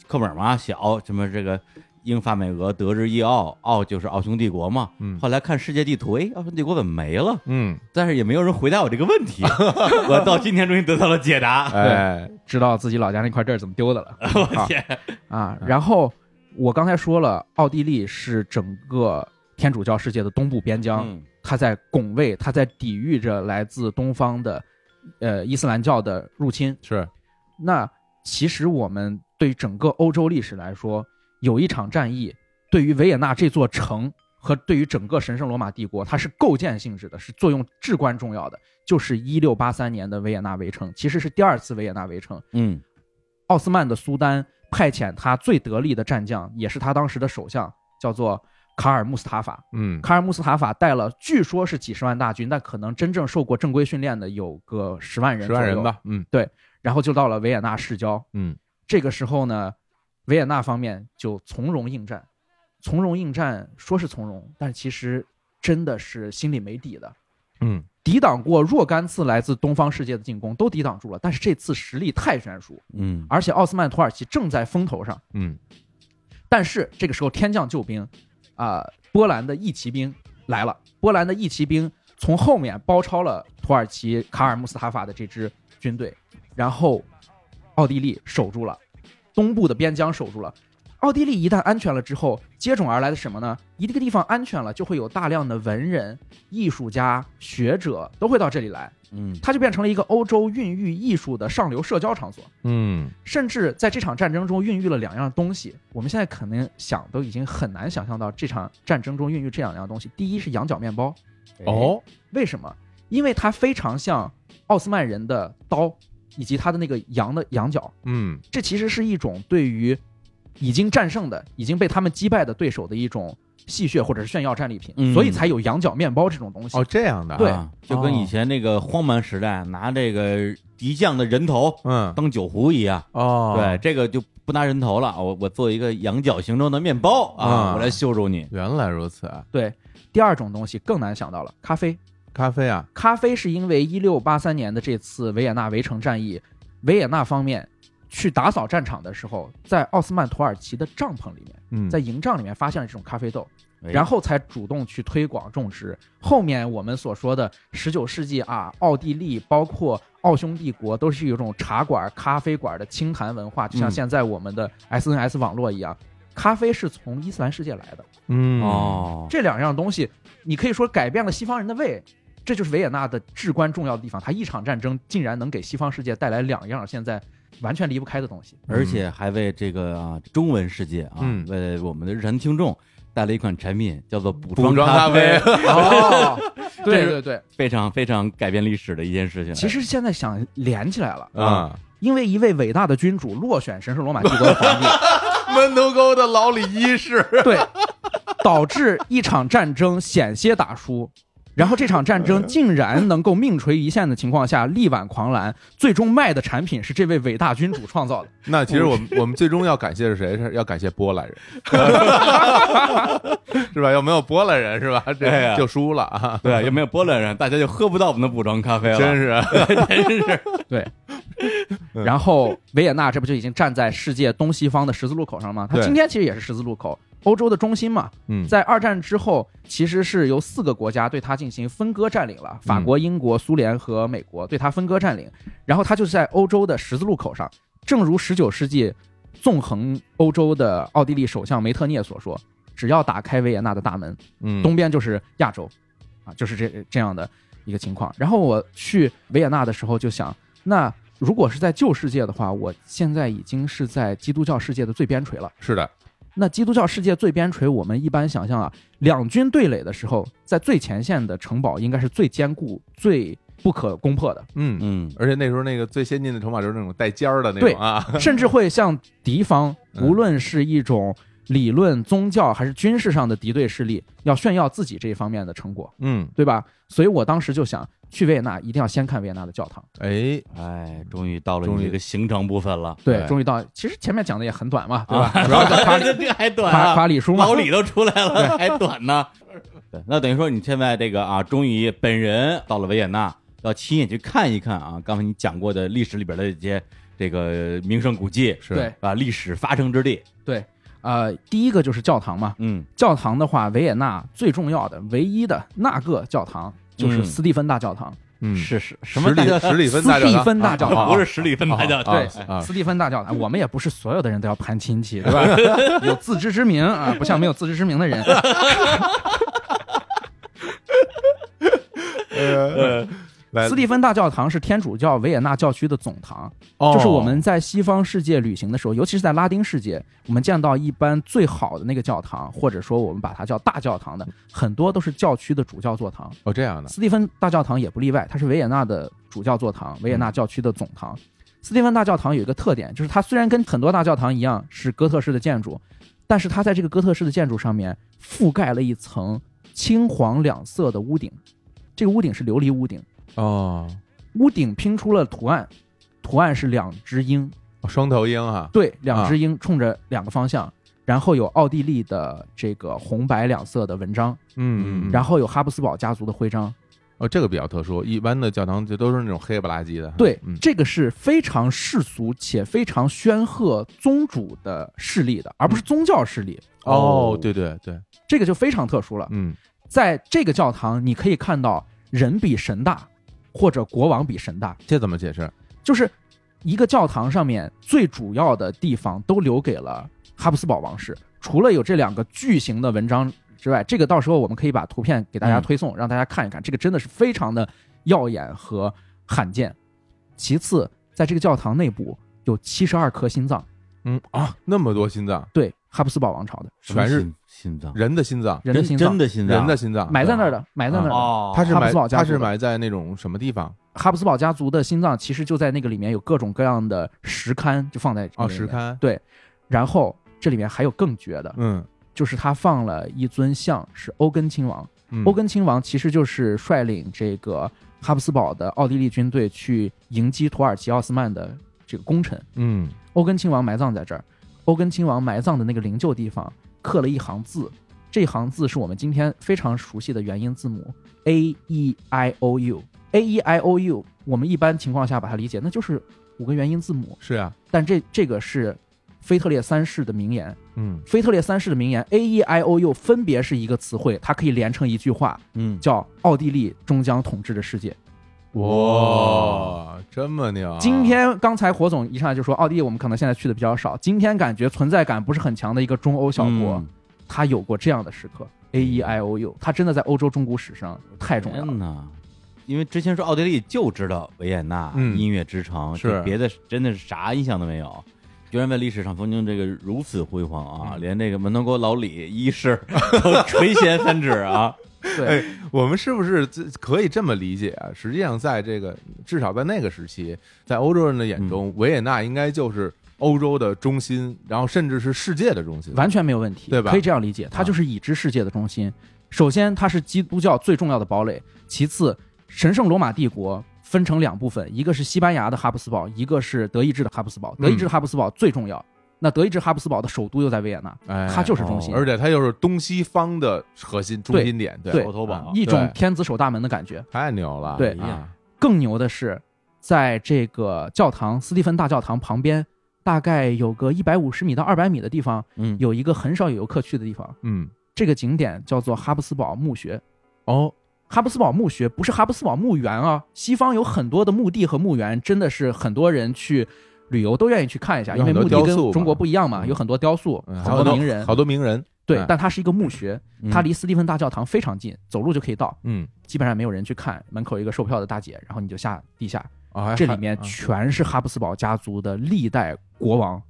S3: 课本嘛，写奥什么这个英法美俄德日意奥，奥就是奥匈帝国嘛。
S1: 嗯
S3: 后来看世界地图，哎，奥匈帝国怎么没了？
S1: 嗯，
S3: 但是也没有人回答我这个问题， 我到今天终于得到了解
S4: 啊
S3: 答。
S1: 哎，
S4: 知道自己老家那块地儿怎么丢的了
S3: 我天，嗯
S4: 啊！然后我刚才说了，奥地利是整个天主教世界的东部边疆，
S3: 嗯
S4: 他在拱卫，他在抵御着来自东方的呃伊斯兰教的入侵。
S1: 是
S4: 那其实我们对整个欧洲历史来说，有一场战役，对于维也纳这座城和对于整个神圣罗马帝国，它是构建性质的，是作用至关重要的。就是一六八三年的维也纳围城，其实是第二次维也纳围城。
S3: 嗯
S4: 奥斯曼的苏丹派遣他最得力的战将，也是他当时的首相，叫做卡尔穆斯塔法。
S1: 嗯
S4: 卡尔穆斯塔法带了据说是几十万大军，但可能真正受过正规训练的有个十万人
S1: 十
S4: 左右，
S1: 万人。吧，嗯
S4: 然后就到了维也纳市郊，
S1: 嗯
S4: 这个时候呢，维也纳方面就从容应战，从容应战，说是从容，但其实真的是心里没底的。
S1: 嗯
S4: 抵挡过若干次来自东方世界的进攻，都抵挡住了，但是这次实力太悬殊，
S3: 嗯
S4: 而且奥斯曼土耳其正在风头上。
S1: 嗯
S4: 但是这个时候天降救兵，啊、波兰的义骑兵来了，波兰的义骑兵从后面包抄了土耳其卡尔穆斯塔法的这支军队，然后奥地利守住了，东部的边疆守住了。奥地利一旦安全了之后，接踵而来的是什么呢？一个地方安全了，就会有大量的文人、艺术家、学者都会到这里来，
S3: 嗯
S4: 它就变成了一个欧洲孕育艺术的上流社交场所。
S1: 嗯
S4: 甚至在这场战争中孕育了两样东西。我们现在可能想都已经很难想象到这场战争中孕育这两样东西。第一是羊角面包，
S1: 哦
S4: 为什么？因为它非常像奥斯曼人的刀以及它的那个羊的羊角，
S1: 嗯
S4: 这其实是一种对于已经战胜的、已经被他们击败的对手的一种戏谑或者是炫耀战利品，
S3: 嗯
S4: 所以才有羊角面包这种东西。
S1: 哦这样的啊
S4: 对
S3: 啊就跟以前那个荒蛮时代拿这个敌将的人头
S1: 嗯
S3: 当酒壶一样，
S1: 哦
S3: 对，这个就不拿人头了，我我做一个羊角形状的面包
S1: 啊
S3: 啊，我来羞辱你，
S1: 原来如此，啊
S4: 对，第二种东西更难想到了，咖啡。
S1: 咖啡啊
S4: 咖啡是因为一六八三年的这次维也纳围城战役，维也纳方面去打扫战场的时候，在奥斯曼土耳其的帐篷里面，
S1: 嗯
S4: 在营帐里面发现了这种咖啡豆，
S3: 哎
S4: 然后才主动去推广种植。后面我们所说的十九世纪啊，奥地利包括奥匈帝国都是有一种茶馆、咖啡馆的清谈文化，就像
S3: 嗯
S4: 现在我们的 SNS 网络一样。咖啡是从伊斯兰世界来的，
S1: 嗯
S3: 哦，
S4: 这两样东西，你可以说改变了西方人的胃，这就是维也纳的至关重要的地方。它一场战争竟然能给西方世界带来两样现在完全离不开的东西。
S3: 而且还为这个啊中文世界啊
S1: 嗯，
S3: 为我们的日常听众带了一款产品，叫做补
S1: 补
S3: 妆
S1: 妆咖啡
S3: 啡，
S4: 哦，对
S3: 这
S4: 对对，
S3: 非常非常改变历史的一件事情。
S4: 其实现在想连起来了，
S1: 啊
S4: 因为一位伟大的君主落选神圣罗马帝国的皇帝，
S1: 门头沟的老李一世，
S4: 对，导致一场战争险些打输。然后这场战争竟然能够命垂一线的情况下力挽狂澜，最终卖的产品是这位伟大君主创造的。
S1: 那其实我们我们最终要感谢的是谁？是要感谢波兰人，是吧？要没有波兰人是吧？
S3: 对
S1: 这
S3: 呀
S1: 就输了啊！
S3: 对，有没有波兰人，大家就喝不到我们的补妆咖啡了。
S1: 真是，嗯
S4: 然后维也纳这不就已经站在世界东西方的十字路口上了吗？它
S1: 对
S4: 今天其实也是十字路口，欧洲的中心嘛。
S1: 嗯
S4: 在二战之后，其实是由四个国家对它进行分割占领
S1: 嗯
S4: 了，法国、英国、苏联和美国对它分割占领，然后它就是在欧洲的十字路口上，正如十九世纪纵横欧洲的奥地利首相梅特涅所说，只要打开维也纳的大门，
S1: 嗯
S4: 东边就是亚洲，啊，就是这这样的一个情况。然后我去维也纳的时候就想，那如果是在旧世界的话，我现在已经是在基督教世界的最边陲了。
S1: 是的，
S4: 那基督教世界最边陲，我们一般想象啊，两军对垒的时候，在最前线的城堡应该是最坚固、最不可攻破的，
S1: 嗯。
S3: 嗯，
S1: 而且那时候那个最先进的筹码就是那种带尖儿的那
S4: 对
S1: 种啊，
S4: 甚至会向敌方，
S1: 嗯
S4: 无论是一种理论、宗教还是军事上的敌对势力，要炫耀自己这一方面的成果。
S1: 嗯，
S4: 对吧？所以我当时就想去维也纳，一定要先看维也纳的教堂。
S1: 哎，
S3: 哎，终于到了
S1: 终于
S3: 你这个刑场部 分了，
S4: 对，
S1: 对
S4: 终于到，其实前面讲的也很短嘛，对吧？主 要是夸
S3: 啊这还短
S4: 夸
S3: 啊，
S4: 夸李叔嘛
S3: 老。李都出来了，还短呢。对，那等于说你现在这个啊，终于本人到了维也纳，要亲眼去看一看啊，刚才你讲过的历史里边的一些这个名胜古迹
S1: 是
S4: 对，
S3: 啊，历史发生之地。
S4: 呃，第一个就是教堂嘛。
S3: 嗯，
S4: 教堂的话，维也纳最重要的、唯一的那个教堂就是
S3: 嗯
S4: 斯蒂芬大教堂。
S1: 嗯，
S3: 是是
S1: 十
S3: 什么大
S1: 里
S3: 家？
S1: 十里分
S4: 斯
S1: 大教
S4: 蒂
S1: 堂
S4: 芬大教堂
S3: 不是 十里分大教堂，
S1: 啊
S4: 对
S1: 啊啊，
S4: 斯蒂芬大教堂，我们也不是所有的人都要攀亲戚，对吧？ 有自知之明啊，不像没有自知之明的人。
S1: 呃，来
S4: 斯，蒂芬大教堂是天主教维也纳教区的总堂，
S1: 哦
S4: 就是我们在西方世界旅行的时候，尤其是在拉丁世界，我们见到一般最好的那个教堂，或者说我们把它叫大教堂的，很多都是教区的主教座堂。
S1: 哦这样的，
S4: 斯蒂芬大教堂也不例外，它是维也纳的主教座堂，维也纳教区的总堂。斯蒂芬大教堂有一个特点，就是它虽然跟很多大教堂一样是哥特式的建筑，但是它在这个哥特式的建筑上面覆盖了一层青黄两色的屋顶，这个屋顶是琉璃屋顶，
S1: 哦，
S4: 屋顶拼出了图案，图案是两只鹰，
S1: 哦双头鹰哈，
S4: 对，两
S1: 啊
S4: 只鹰冲着两个方向，然后有奥地利的这个红白两色的文章，
S1: 嗯，嗯嗯
S4: 然后有哈布斯堡家族的徽章，
S1: 哦这个比较特殊，一般的教堂就都是那种黑不拉几的哈，
S4: 对，
S1: 嗯，
S4: 这个是非常世俗且非常煊赫宗主的势力的，而不是宗教势力。
S1: 哦，对对对，
S4: 这个就非常特殊了。
S1: 嗯，
S4: 在这个教堂，你可以看到人比神大，或者国王比神大，
S1: 这怎么解释？
S4: 就是一个教堂上面最主要的地方都留给了哈布斯堡王室。除了有这两个巨型的文章之外，这个到时候我们可以把图片给大家推送，让大家看一看，这个真的是非常的耀眼和罕见。其次，在这个教堂内部有七十二颗心脏，
S1: 嗯啊，那么多心脏，
S4: 对哈布斯堡王朝的
S1: 全是
S3: 心心脏，
S1: 人的心脏，
S4: 人的心
S3: 真
S4: 脏
S3: 真的心脏，
S1: 人的心脏，
S4: 埋在那儿的，埋在那儿的。
S2: 啊
S3: 哦，
S1: 它是
S4: 哈布
S1: 埋
S4: 斯堡家
S1: 它
S4: 族
S1: 是
S4: 的
S1: 埋在那种什么地方？
S4: 哈布斯堡家族的心脏其实就在那个里面，有各种各样的石龛，就放在
S1: 哦，
S4: 那里
S1: 石
S4: 面。
S1: 龛，
S4: 然后这里面还有更绝的，
S1: 嗯
S4: 就是他放了一尊像，是欧根亲王。
S1: 嗯，
S4: 欧根亲王其实就是率领这个哈布斯堡的奥地利军队去迎击土耳其奥斯曼的这个功臣。
S1: 嗯，
S4: 欧根亲王埋葬在这儿，欧根亲王埋葬的那个灵柩地方刻了一行字，这行字是我们今天非常熟悉的元音字母 A E I O U。A E I O U，我们一般情况下把它理解那就是五个元音字母，
S1: 是啊，
S4: 但这这个是腓特烈三世的名言。
S1: 嗯
S4: 腓特烈三世的名言 A E I O U 分别是一个词汇，它可以连成一句话，
S3: 嗯，
S4: 叫“奥地利终将统治着世界
S1: 哇，这么牛啊！”。
S4: 今天刚才火总一上来就说，奥地利我们可能现在去的比较少，今天感觉存在感不是很强的一个中欧小国，
S3: 嗯
S4: 它有过这样的时刻。A E I O U，它真的在欧洲中古史上太重要了。
S3: 天呐，因为之前说奥地利就知道维也纳、
S1: 嗯
S3: 音乐之城，
S1: 是
S3: 这别的真的是啥印象都没有。居然在历史上风景这个如此辉煌啊！
S1: 嗯
S3: 连这个门头沟老李一世都垂涎三尺啊！
S4: 对，
S1: 我们是不是这可以这么理解啊？实际上，在这个至少在那个时期，在欧洲人的眼
S4: 嗯
S1: 中，维也纳应该就是欧洲的中心，然后甚至是世界的中心。
S4: 完全没有问题，
S1: 对吧
S4: 可以这样理解，它
S1: 啊
S4: 就是已知世界的中心。首先，它是基督教最重要的堡垒；其次，神圣罗马帝国分成两部分，一个是西班牙的哈布斯堡，一个是德意志的哈布斯堡。
S1: 嗯
S4: 德意志的哈布斯堡最重要，那德意志哈布斯堡的首都又在维也纳，
S1: 哎，
S4: 它就是中心。
S1: 而且它又是东西方的核心中心点，对
S4: 对
S1: 欧
S3: 头堡
S4: 啊一种
S1: 对
S4: 天子守大门的感觉。
S1: 太牛了，
S4: 对
S1: 啊，
S4: 更牛的是，在这个教堂斯蒂芬大教堂旁边，大概有个一百五十米到二百米的地方，
S3: 嗯，
S4: 有一个很少有游客去的地方。
S1: 嗯，
S4: 这个景点叫做哈布斯堡墓穴。
S1: 哦，
S4: 哈布斯堡墓穴不是哈布斯堡墓园啊，西方有很多的墓地和墓园，真的是很多人去旅游都愿意去看一下，
S1: 有
S4: 因
S1: 很
S4: 为
S1: 多
S4: 墓地
S1: 雕塑
S4: 跟
S1: 嘛
S4: 中国不一样嘛，
S1: 嗯
S4: 有很多雕塑，
S1: 嗯
S4: 很多名人
S1: 好。多名人，
S4: 对
S1: 嗯，
S4: 但它是一个墓穴，它离斯蒂芬大教堂非常近，走路就可以到，
S1: 嗯，
S4: 基本上没有人去看。门口有一个售票的大姐，然后你就下地下，
S1: 啊，还
S4: 这里面
S1: 还
S4: 全是哈布斯堡家族的历代国王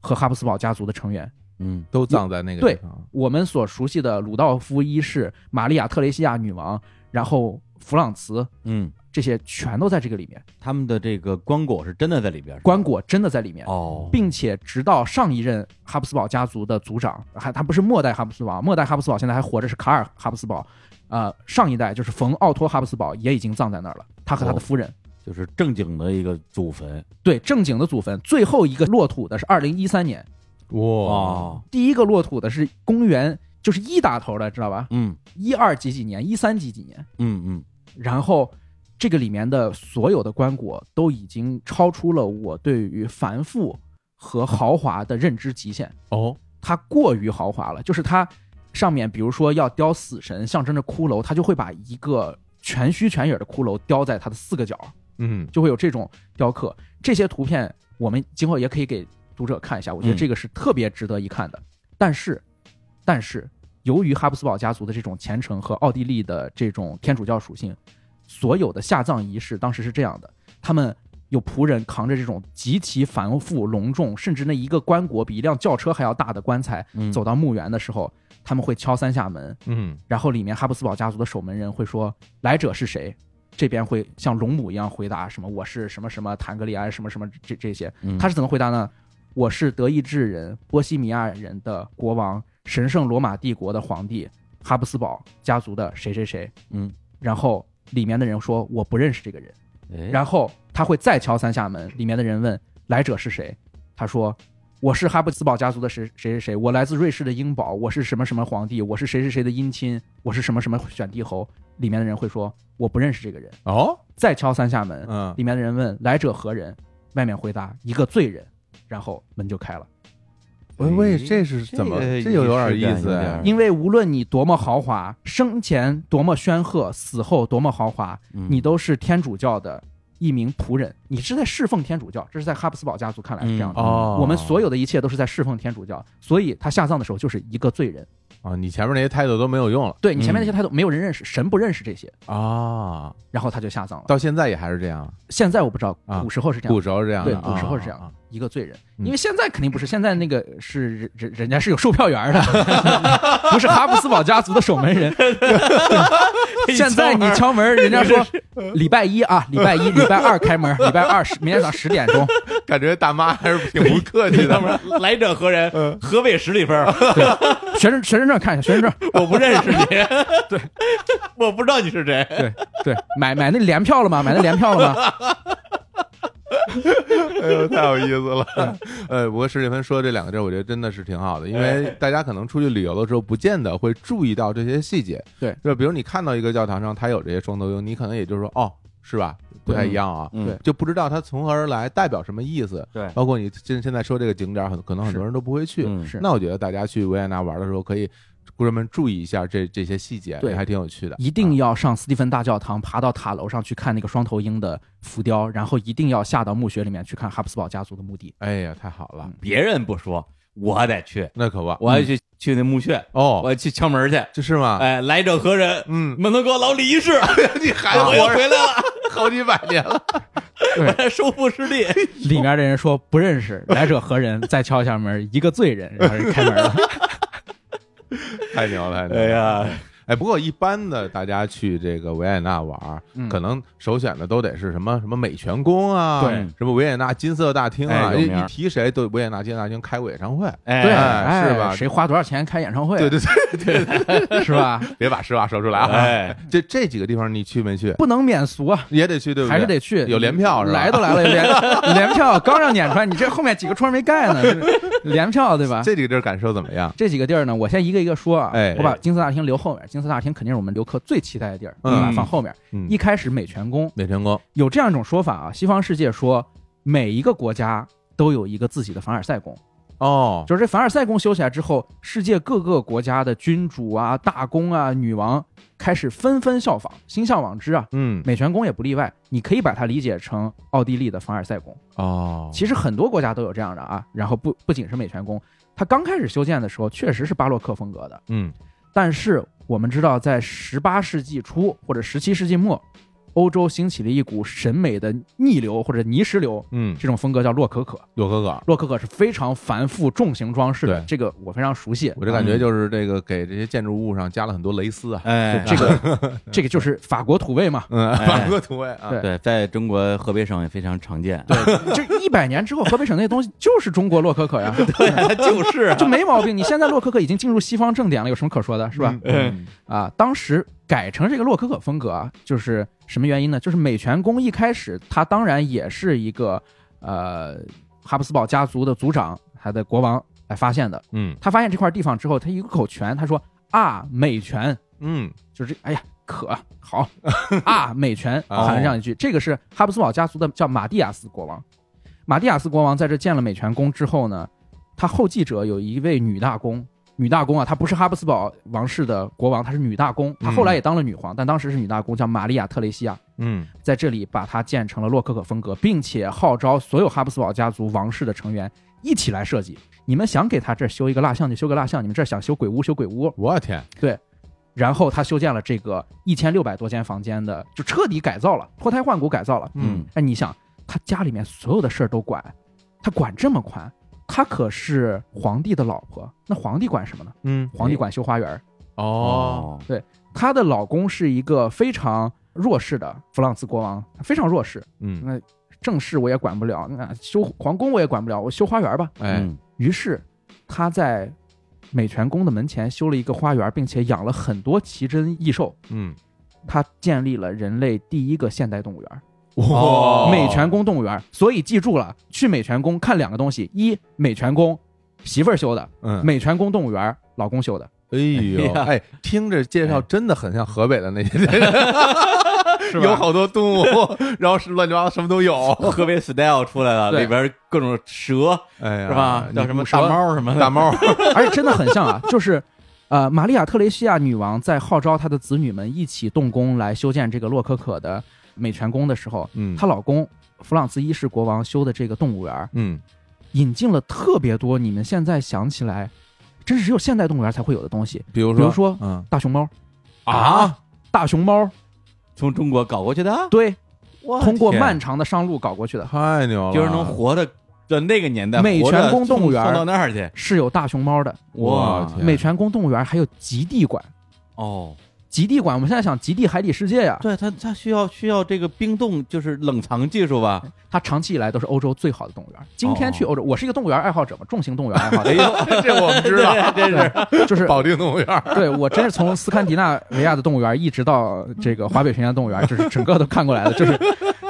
S4: 和哈布斯堡家族的成员。
S3: 嗯
S1: 都葬在那个
S4: 对
S1: 地方
S4: 我们所熟悉的鲁道夫一世、玛利亚特雷西亚女王，然后弗朗茨，
S3: 嗯，
S4: 这些全都在这个里面。
S3: 他们的这个棺椁是真的在里边，是吧
S4: 棺椁真的在里面，
S3: 哦，
S4: 并且直到上一任哈布斯堡家族的族长，还他不是末代哈布斯堡，末代哈布斯堡现在还活着是卡尔哈布斯堡，呃，上一代就是冯奥托哈布斯堡也已经葬在那儿了，他和他的夫人。
S3: 就是正经的一个祖坟
S4: 对正经的祖坟，最后一个落土的是二零一三年，
S1: 哇，
S3: 哦，
S4: 第一个落土的是公元就是一打头的，知道吧？
S3: 嗯
S4: 一二几几年，一三几几年，
S3: 嗯嗯，
S4: 然后这个里面的所有的棺椁都已经超出了我对于繁复和豪华的认知极限。
S1: 哦，
S4: 它过于豪华了，就是它上面比如说要雕死神，象征着骷髅，它就会把一个全虚全影的骷髅雕在它的四个角，
S1: 嗯，
S4: 就会有这种雕刻。这些图片我们今后也可以给读者看一下，我觉得
S3: 嗯
S4: 这个是特别值得一看的。但是，但是由于哈布斯堡家族的这种虔诚和奥地利的这种天主教属性，所有的下葬仪式当时是这样的，他们。有仆人扛着这种极其繁复、隆重，甚至那一个棺椁比一辆轿车还要大的棺材，
S3: 嗯
S4: 走到墓园的时候，他们会敲三下门，
S1: 嗯
S4: 然后里面哈布斯堡家族的守门人会说来者是谁，这边会像龙母一样回答什么我是什么什么坦格里安什么什么这这些，
S3: 嗯
S4: 他是怎么回答呢？我是德意志人、波西米亚人的国王，神圣罗马帝国的皇帝哈布斯堡家族的谁谁谁，
S3: 嗯，
S4: 然后里面的人说我不认识这个人。
S3: 哎
S4: 然后他会再敲三下门，里面的人问来者是谁，他说我是哈布斯堡家族的谁谁谁谁，我来自瑞士的英堡，我是什么什么皇帝，我是谁谁谁的姻亲，我是什么什么选帝侯。里面的人会说我不认识这个人，
S1: 哦
S4: 再敲三下门，
S1: 嗯
S4: 里面的人问来者何人，外面回答一个罪人，然后门就开了。
S1: 喂喂，这是
S3: 这
S1: 怎么？
S3: 个
S1: 这有有点
S3: 仪式感
S1: 意思
S3: 有
S1: 哎
S3: 点儿
S4: 因为无论你多么豪华，生前多么煊赫，死后多么豪华，
S3: 嗯
S4: 你都是天主教的一名仆人，你是在侍奉天主教，这是在哈布斯堡家族看来是这样的。
S3: 嗯
S1: 哦，
S4: 我们所有的一切都是在侍奉天主教，所以他下葬的时候就是一个罪人。
S1: 啊，你前面那些态度都没有用了
S4: 对你前
S3: 嗯
S4: 面那些态度，没有人认识，神不认识这些，
S1: 啊，
S4: 然后他就下葬了。
S1: 到现在也还是这样，
S4: 现在我不知道
S1: 啊，
S4: 古时候是这样
S1: 古
S4: 的，
S1: 时候是这样的，
S4: 对，古时候
S1: 啊
S4: 是这样
S1: 啊
S4: 的，一个罪人。
S1: 嗯
S4: 因为现在肯定不是，现在那个是人人人家是有售票员的， 不是哈布斯堡家族的守 门人。现在你敲门，人 家说礼拜一啊，礼拜一、礼拜二开门，礼拜二十，明天早上十点钟。
S1: 感觉大妈还是挺不客气的。
S3: 来者何
S4: 嗯
S3: 人？何为十里分儿？
S4: 学生学生证看一下，学生证
S3: 我不认识 你，对， 我不知道你是谁。
S4: 对，买买那联票了吗？买那联票了吗？
S1: 哎呦，太有意思了。呃，不过史蒂芬说这两个字儿，我觉得真的是挺好的，因
S4: 哎
S1: 为大家可能出去旅游的时候，不见得会注意到这些细节。
S4: 对，
S1: 就比如你看到一个教堂上它有这些双头鹰，你可能也就是说，哦，是吧？不太一样啊，
S3: 嗯
S4: 对
S1: 就不知道它从何而来，代表什么意思。
S3: 对
S1: 包括你现现在说这个景点儿，很可能很多人都不会去。
S3: 嗯
S4: 是
S1: 那我觉得大家去维也纳玩的时候，可以专门注意一下这这些细节，
S4: 对
S1: 还挺有趣的。啊
S4: 一定要上斯蒂芬大教堂，爬到塔楼上去看那个双头鹰的浮雕，然后一定要下到墓穴里面去看哈布斯堡家族的墓地。
S1: 哎呀，太好了，
S4: 嗯
S3: 别人不说，我得去，
S1: 那可不
S3: 我还去去那墓穴，
S1: 哦，
S3: 我去敲门去。
S1: 这是吗？
S3: 哎，来者何人？
S1: 嗯，
S3: 门头沟老李一世，
S1: 你还
S3: 我
S1: 活
S3: 又
S4: 哎
S1: 着
S3: 回来了，
S1: 好几百年 了。
S3: 我来 收复失地。
S4: 里面的人说不认识，来者何人？再敲一下门，一个罪人，然后人开门了。
S1: 太牛了，太牛了！
S3: 哎呀，
S1: 哎，不过一般的大家去这个维也纳玩儿，
S4: 嗯
S1: 可能首选的都得是什么什么美泉宫啊，
S4: 对，
S1: 什么维也纳金色大厅啊，
S3: 哎有
S1: 一
S3: 名
S1: 一
S3: 儿
S1: 提谁对维也纳金色大厅开过演唱会，
S3: 哎
S4: 对，
S1: 哎是吧
S4: 哎谁花多少钱开演唱会？
S1: 对对对，
S4: 对，是吧？
S1: 别把实话说出来啊！
S3: 哎，
S1: 这这几个地方你去没去？
S4: 不能免俗啊，
S1: 也得去，对不对？
S4: 还是得去。
S1: 有联票是吧
S4: 来都来了，有 联联票刚让撵出来，你这后面几个窗没盖呢，联票对吧？
S1: 这几个地儿感受怎么样？
S4: 这几个地儿呢，我先一个一个说啊。
S1: 哎
S4: 我把金色大厅留后面，金色大厅肯定是我们留客最期待的地儿，
S1: 嗯
S4: 我把它放后面。
S1: 嗯
S4: 一开始美泉宫
S1: 美泉宫
S4: 有这样一种说法啊，西方世界说每一个国家都有一个自己的凡尔赛宫，
S1: 哦，
S4: 就是这凡尔赛宫修起来之后，世界各个国家的君主啊、大公啊、女王开始纷纷效仿，心向往之啊。
S1: 嗯
S4: 美泉宫也不例外，你可以把它理解成奥地利的凡尔赛宫。
S1: 哦，
S4: 其实很多国家都有这样的啊。然后不不仅是美泉宫，它刚开始修建的时候确实是巴洛克风格的，
S1: 嗯
S4: 但是我们知道，在十八世纪初或者十七世纪末，欧洲兴起了一股审美的逆流或者泥石流，
S1: 嗯，
S4: 这种风格叫洛可可。
S1: 有哥哥，
S4: 洛可可是非常繁复重型装饰的
S1: 对，
S4: 这个我非常熟悉。
S1: 我这感觉就是这个给这些建筑物上加了很多蕾丝啊，
S3: 哎，
S4: 这 个这个就是法国土味嘛。
S1: 嗯，
S3: 哎
S1: 法国土味啊，
S4: 对
S3: 对，在中国河北省也非常常见。
S4: 就一百年之后，河北省那东西就是中国洛可 可呀，
S3: 对， 就是啊
S4: 就没毛病。你现在洛可可已经进入西方正典了，有什么可说的，是吧？
S1: 嗯？
S4: 啊，当时改成这个洛可可风格啊，就是什么原因呢？就是美泉宫一开始，它当然也是一个呃哈布斯堡家族的族长，他的国王来发现的。
S1: 嗯
S4: 他发现这块地方之后，他一口泉，他说啊美泉，
S1: 嗯
S4: 就是哎呀可好啊美泉
S1: 哦
S4: 喊了这样一句。这个是哈布斯堡家族的叫马蒂亚斯国王。马蒂亚斯国王在这建了美泉宫之后呢，他后继者有一位女大公。女大公啊，她不是哈布斯堡王室的国王，她是女大公。她后来也当了女皇，但当时是女大公，叫玛利亚·特雷西亚。
S1: 嗯
S4: 在这里把它建成了洛可可风格，并且号召所有哈布斯堡家族王室的成员一起来哦设计。你们想给他这儿修一个蜡像就修个蜡像，你们这儿想修鬼屋修鬼屋。
S1: 我天，
S4: 然后他修建了这个一千六百多间房间的，就彻底改造了，脱胎换骨改造了。
S1: 嗯，
S4: 哎，你想，他家里面所有的事儿都管，他管这么宽，他可是皇帝的老婆，那皇帝管什么呢？
S1: 嗯，
S4: 皇帝管修花园儿。
S1: 哦，，
S4: 她的老公是一个非常弱势的弗朗茨国王，非常弱势。
S1: 嗯，
S4: 那正事我也管不了，那修皇宫我也管不了，我修花园吧。
S1: 哎，
S3: 嗯
S4: 于是他在美泉宫的门前修了一个花园，并且养了很多奇珍异兽。
S1: 嗯，
S4: 他建立了人类第一个现代动物园
S1: 哦
S4: ——美泉宫动物园。所以记住了，去美泉宫看两个东西：一，美泉宫媳妇儿修的；
S1: 嗯，
S4: 美泉宫动物园老公修的。
S1: 哎呦，哎，听着介绍真的很像河北的那些，
S5: 是吧
S1: 有好多动物，然后是乱七八糟什么都有。
S3: 河北 style 出来了，
S4: 对
S3: 里边各种蛇
S1: 哎呀，
S3: 是吧？
S1: 你
S3: 叫什么
S1: 不
S3: 大
S1: 说
S3: 猫什么的，
S1: 大猫，
S4: 而且真的很像啊，就是。呃，玛利亚·特雷西亚女王在号召她的子女们一起动工来修建这个洛可可的美泉宫的时候，
S1: 嗯，
S4: 她老公弗朗茨一世国王修的这个动物园儿，
S1: 嗯，
S4: 引进了特别多你们现在想起来，真是只有现代动物园才会有的东西，
S1: 比如说，
S4: 比如说
S1: 嗯，
S4: 大熊猫
S3: 啊，
S4: 大熊猫
S3: 从中国搞过去的，
S4: 对，
S3: 我
S4: 通过
S3: 天啊
S4: 漫长的商路搞过去的，
S1: 太牛了，
S3: 就是能活的，在那个年代，
S4: 美
S3: 活着
S4: 泉宫动物园
S3: 送到那儿去，
S4: 是有大熊猫的。
S1: 哇
S3: 哇
S1: 天
S4: 美泉宫动物园还有极地馆，
S3: 哦，
S4: 极地馆我们现在想极地海底世界呀、
S3: 对他他需要需要这个冰冻，就是冷藏技术 吧？
S4: 它长期以来都是欧洲最好的动物园。今天
S3: 哦
S4: 去欧洲，我是一个动物园爱好者嘛，重型动物园爱
S3: 哎
S4: 好者，
S1: 这我们知道，
S3: 真是
S4: 就是
S1: 保定动物园，
S4: 对我真是从斯堪的纳维亚的动物园一直到这个华北平原动物园，就是整个都看过来了， 就是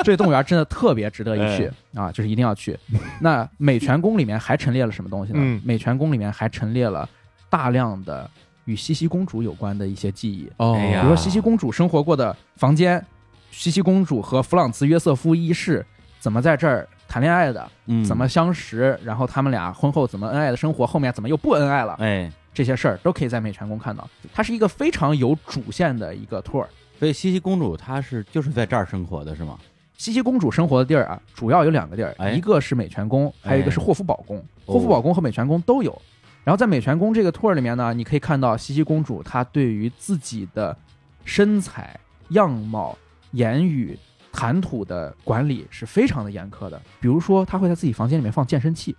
S4: 这动物园真的特别值得一去啊，就是一定要去。那美泉宫里面还陈列了什么东西
S1: 嗯
S4: 呢？美泉宫里面还陈列了大量的与茜茜公主有关的一些记忆，
S1: 哦
S3: 哎
S4: 比
S3: 呀
S4: 如说茜茜公主生活过的房间，茜茜公主和弗朗茨约瑟夫一世怎么在这儿谈恋爱的，
S3: 嗯
S4: 怎么相识，然后他们俩婚后怎么恩爱的生活，后面怎么又不恩爱了。
S3: 哎？
S4: 这些事儿都可以在美泉宫看到。它是一个非常有主线的一个 tour。
S3: 所以茜茜公主她是就是在这儿生活的是吗？
S4: 茜茜公主生活的地儿啊，主要有两个地儿，
S3: 哎
S4: 一个是美泉宫，还有一个是霍夫堡宫。
S3: 哦
S4: 霍夫堡宫和美泉宫都有。然后在美泉宫这个 tour 里面呢，你可以看到茜茜公主她对于自己的身材、样貌、言语、谈吐的管理是非常的严苛的。比如说，她会在自己房间里面放健身器、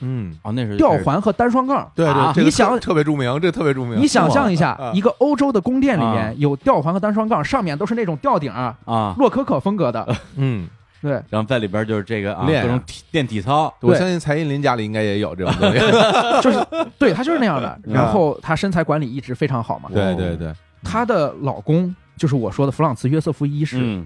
S1: 嗯，
S3: 哦，那是
S4: 吊，环和单双杠。
S1: 对
S3: 啊
S1: 对，这个
S4: 你想
S1: 特特别著名，这个特别著名，
S4: 你想象一
S1: 啊
S4: 下，一个欧洲的宫殿里
S3: 啊
S4: 面有吊环和单双杠，上面都是那种吊顶啊，
S3: 啊，
S4: 洛可可风格的，
S1: 嗯，
S4: 对，
S3: 然后在里边就是这个啊，
S1: 练
S3: 各
S1: 啊
S3: 种体练体操，
S1: 我
S4: 对
S1: 相信蔡依林家里应该也有这种东西，
S4: 就是对她就是那
S3: 嗯
S4: 样的。然后她身材管理一直非常好嘛，
S1: 对对对，
S4: 她的老公就是我说的弗朗茨约瑟夫一世，
S3: 嗯，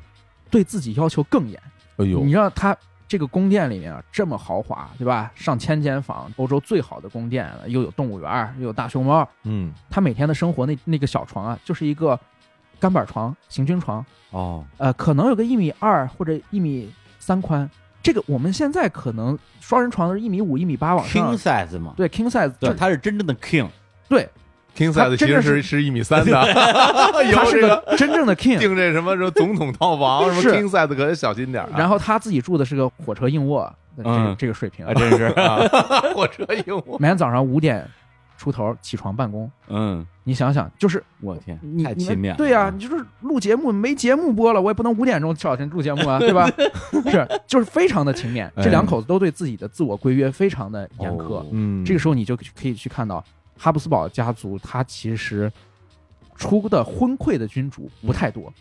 S4: 对自己要求更严。
S1: 哎呦
S4: 你，让她这个宫殿里面啊这么豪华，对吧？上千间房，欧洲最好的宫殿了，又有动物园，又有大熊猫。
S1: 嗯，
S4: 她每天的生活那那个小床啊，就是一个干板床、行军床，
S3: 哦，
S4: 呃，可能有个一米二或者一米三宽。这个我们现在可能双人床都是一米五、一米八往
S3: king
S4: 上，
S3: size 嘛，
S4: 对 king size，
S3: 对，
S4: 就
S3: 他是真正的 king，
S4: 对，
S1: king
S4: 他
S1: size 其
S4: 真
S1: 实
S4: 的
S1: 是
S4: 是
S1: 是一米三的，
S4: 他
S1: 啊有
S4: 是
S1: 这个
S4: 个真 正的 king。
S1: 定这什么什么总统套房什么
S4: 是
S1: king size 可得小心点儿啊，
S4: 然后他自己住的是个火车硬卧，这
S3: 嗯
S4: 个这个水平
S1: 哎
S3: 啊，。真是，
S1: 啊，火车硬卧，
S4: 每天早上五点出头起床办公，
S3: 嗯，
S4: 你想想，就是
S3: 我天，
S4: 你
S3: 太
S4: 你
S3: 勤
S4: 们
S3: 勉了，嗯
S4: 对啊呀，
S1: 嗯
S4: 你就是录节目没节目播了，我也不能五点钟起床录节目啊，对吧？ 是，就是非常的勤勉。
S1: 哎
S4: 这两口子都对自己的自我规约非常的严苛。
S3: 哦
S1: 嗯
S4: 这个时候你就可以去看到哈布斯堡家族，他其实出的昏聩的君主
S3: 嗯
S4: 不太多，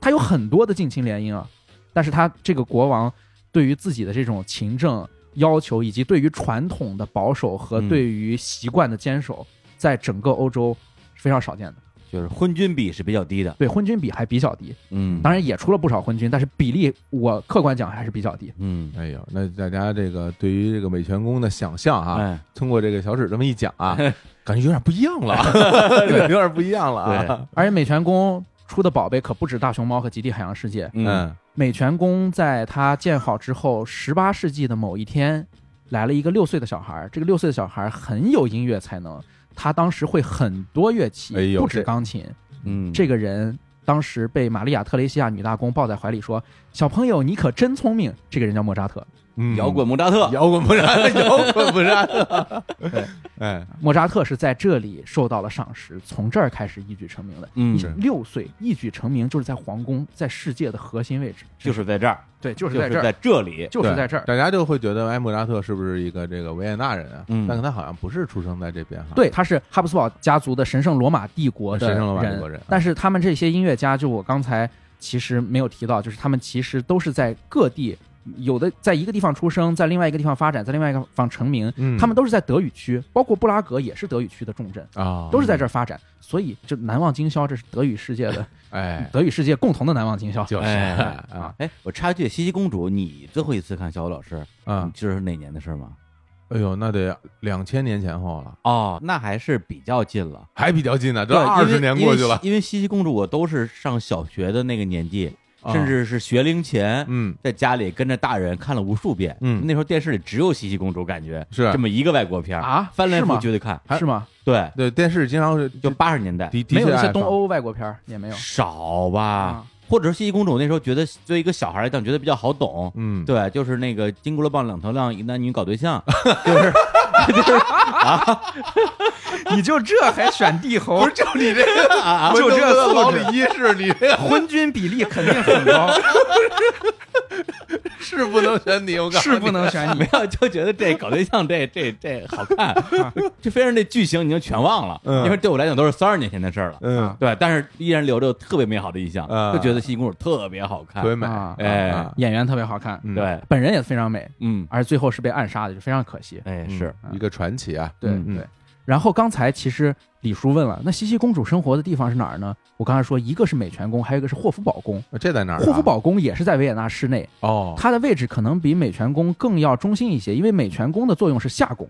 S4: 他有很多的近亲联姻啊，但是他这个国王对于自己的这种勤政要求，以及对于传统的保守和
S3: 嗯
S4: 对于习惯的坚守，在整个欧洲是非常少见的。
S3: 就是昏君比是比较低的，
S4: 对昏君比还比较低，
S3: 嗯，
S4: 当，然也出了不少昏君，但是比例我客观讲还是比较低。
S3: 嗯，
S1: 哎呦，那大家这个对于这个美泉宫的想象啊，
S3: 哎，
S1: 通过这个小史这么一讲啊，
S4: 哎
S1: 感觉有点不一样 了，有点不一样了
S3: 嗯
S1: 啊。
S4: 而且美泉宫出的宝贝可不止大熊猫和极地海洋世界，
S3: 嗯，
S1: 嗯，
S4: 美泉宫在它建好之后，十八世纪的某一天，来了一个六岁的小孩儿。这个六岁的小孩儿很有音乐才能，他当时会很多乐器，
S1: 哎呦
S4: 不止
S1: 这
S4: 钢琴。
S3: 嗯，
S4: 这个人当时被玛利亚·特雷西亚女大公抱在怀里说：“小朋友，你可真聪明。”这个人叫莫扎特。
S1: 嗯
S3: 摇滚莫扎特，
S1: 摇滚不然， 摇滚不然，啊
S4: 对，
S1: 哎，
S4: 莫扎特是在这里受到了赏识，从这儿开始一举成名的。
S3: 嗯
S4: 你
S1: 是
S4: 六岁一举成名，就是在皇宫，在世界的核心位置，
S3: 就是在这儿，
S4: 对，就
S3: 就是
S4: 在这
S3: 是
S4: 儿，
S3: 在这里，
S4: 就是在这儿。
S1: 大家就会觉得，哎，莫扎特是不是一个这个维也纳人啊？
S3: 嗯
S1: 但他好像不是出生在这边哈。
S4: 对，他是哈布斯堡家族的神圣罗马帝国的
S1: 啊神圣罗马帝
S4: 人
S1: 国人
S4: 但是他们这些音乐家，就我刚才其实没有提到，就是他们其实都是在各地，有的在一个地方出生，在另外一个地方发展，在另外一个地方成名，
S1: 嗯，
S4: 他们都是在德语区，包括布拉格也是德语区的重镇，
S1: 啊，
S4: 都是在这儿发展。所以就难忘今宵，这是德语世界的
S1: 哎，
S4: 德语世界共同的难忘今宵。
S1: 就是
S3: 哎
S1: 啊，
S3: 哎，我插一句，西西公主，你最后一次看小五老师，
S1: 啊
S3: 你，知道是哪年的事儿吗？
S1: 哎呦，那得两千年前后了，
S3: 哦，那还是比较近了，
S1: 还比较近呢，这
S3: 因为
S1: 二十年过去了，
S3: 因为因为西西公主，我都是上小学的那个年纪，
S1: 啊
S3: 甚至是学龄前，
S1: 嗯，
S3: 在家里跟着大人看了无数遍。
S1: 嗯
S3: 那时候电视里只有西西公主，感觉
S1: 是
S3: 这么一个外国片儿
S4: 啊
S3: 翻来
S4: 是吗
S3: 覆去的看。
S1: 还
S4: 是吗？
S3: 对，
S1: 对，电视经常是
S3: 就八十年代
S1: 的的
S4: 没有
S1: 确
S4: 一些
S1: 爱
S4: 东
S1: 放
S4: 欧外国片儿也没有
S3: 少吧，，或者是西西公主那时候觉得作为一个小孩来讲，觉得比较好懂。
S1: 嗯，
S3: 对，就是那个金箍棒两头亮，一男女搞对象，就是
S4: 你就这还选帝侯
S1: 不是，就你这个
S3: 啊
S1: 文
S4: 就
S1: 东
S4: 这
S1: 哥
S4: 素
S1: 老
S4: 质
S1: 李一世，你这
S4: 昏君比例肯定很高，
S1: 是不能选你，我告诉
S4: 是
S1: 你，
S4: 不能选你
S3: 没。有，就觉得这搞对象这这这好看， 这非常这剧情已经全忘了，
S1: 嗯
S3: 因为对我来讲都是三十年前的事儿了。
S4: 啊
S1: 嗯，
S3: 对，但是依然留着特别美好的印象，
S1: 嗯
S3: 就觉得西西公主特别好看
S1: 特。别美，
S4: 啊
S3: 哎
S1: 啊
S4: 演员特别好看，
S1: 嗯
S3: 对，
S4: 本人也非常美，
S3: 嗯，
S4: 而最后是被暗杀的，就非常可惜。
S3: 哎
S1: 嗯
S3: 是，
S1: 一个传奇啊，
S4: 对
S3: 嗯
S1: 嗯
S4: 对。然后刚才其实李叔问了，那西西公主生活的地方是哪儿呢？我刚才说一个是美泉宫，还有一个是霍夫堡宫。
S1: 这在哪儿啊？
S4: 霍夫堡宫也是在维也纳市内，
S1: 哦，
S4: 它的位置可能比美泉宫更要中心一些，因为美泉宫的作用是夏宫，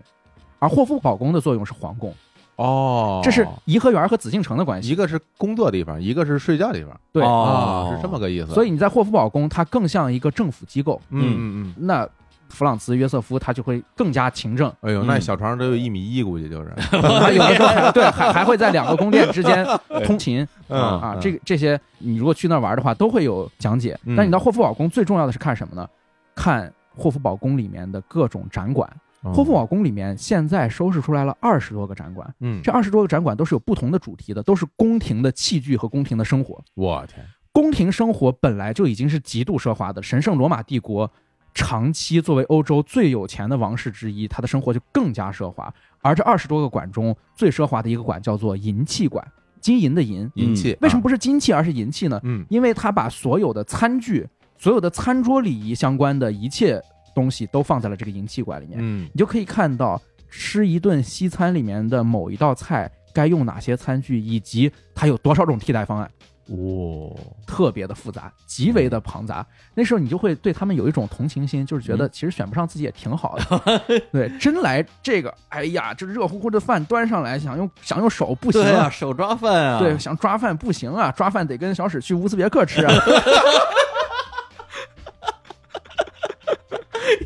S4: 而霍夫堡宫的作用是皇宫。
S1: 哦，
S4: 这是颐和园和紫禁城的关系。
S1: 一个是工作地方，一个是睡觉地方，
S4: 对，
S3: 哦
S1: 啊，是这么个意思。
S4: 所以，你在霍夫堡宫，它更像一个政府机构。
S1: 嗯嗯嗯，
S4: 那弗朗茨·约瑟夫他就会更加勤政，
S1: 哎呦，那
S3: 嗯
S1: 小床上得有一米一，估计就是，
S4: 他啊有的时候还对还还会在两个宫殿 之间通勤
S1: 嗯
S4: 啊。
S1: 嗯
S4: 这个这些你如果去那儿玩的话，都会有讲解。
S1: 嗯
S4: 但你到霍夫堡宫，最重要的是看什么呢？看霍夫堡宫里面的各种展馆。
S1: 嗯
S4: 霍夫，堡宫里面现在收拾出来了二十多个展馆，
S1: 嗯，
S4: 这二十多个展馆都是有不同的主题的，都是宫廷的器具和宫廷的生活。
S1: 我天，
S4: 宫廷生活本来就已经是极度奢华的，神圣罗马帝国长期作为欧洲最有钱的王室之一，他的生活就更加奢华。而这二十多个馆中，最奢华的一个馆叫做银器馆，金银的银。
S1: 银器
S4: 为什么？不是金器，而是银器呢？
S1: 啊嗯
S4: 因为他把所有的餐具、所有的餐桌礼仪相关的一切东西都放在了这个银器馆里面。
S1: 嗯
S4: 你就可以看到吃一顿西餐里面的某一道菜该用哪些餐具，以及它有多少种替代方案。
S1: 哦，
S4: 特别的复杂，极为的庞
S3: 嗯
S4: 杂。那时候你就会对他们有一种同情心，就是觉得其实选不上自己也挺好的。 对，真来这个，哎呀，这热乎乎的饭端上来，想用想用手不行
S3: 对啊，
S4: 啊，
S3: 手抓饭啊，
S4: 对，想抓饭不行啊，抓饭得跟小史去乌兹别克 吃啊。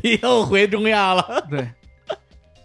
S3: 又回中亚了。
S4: 对，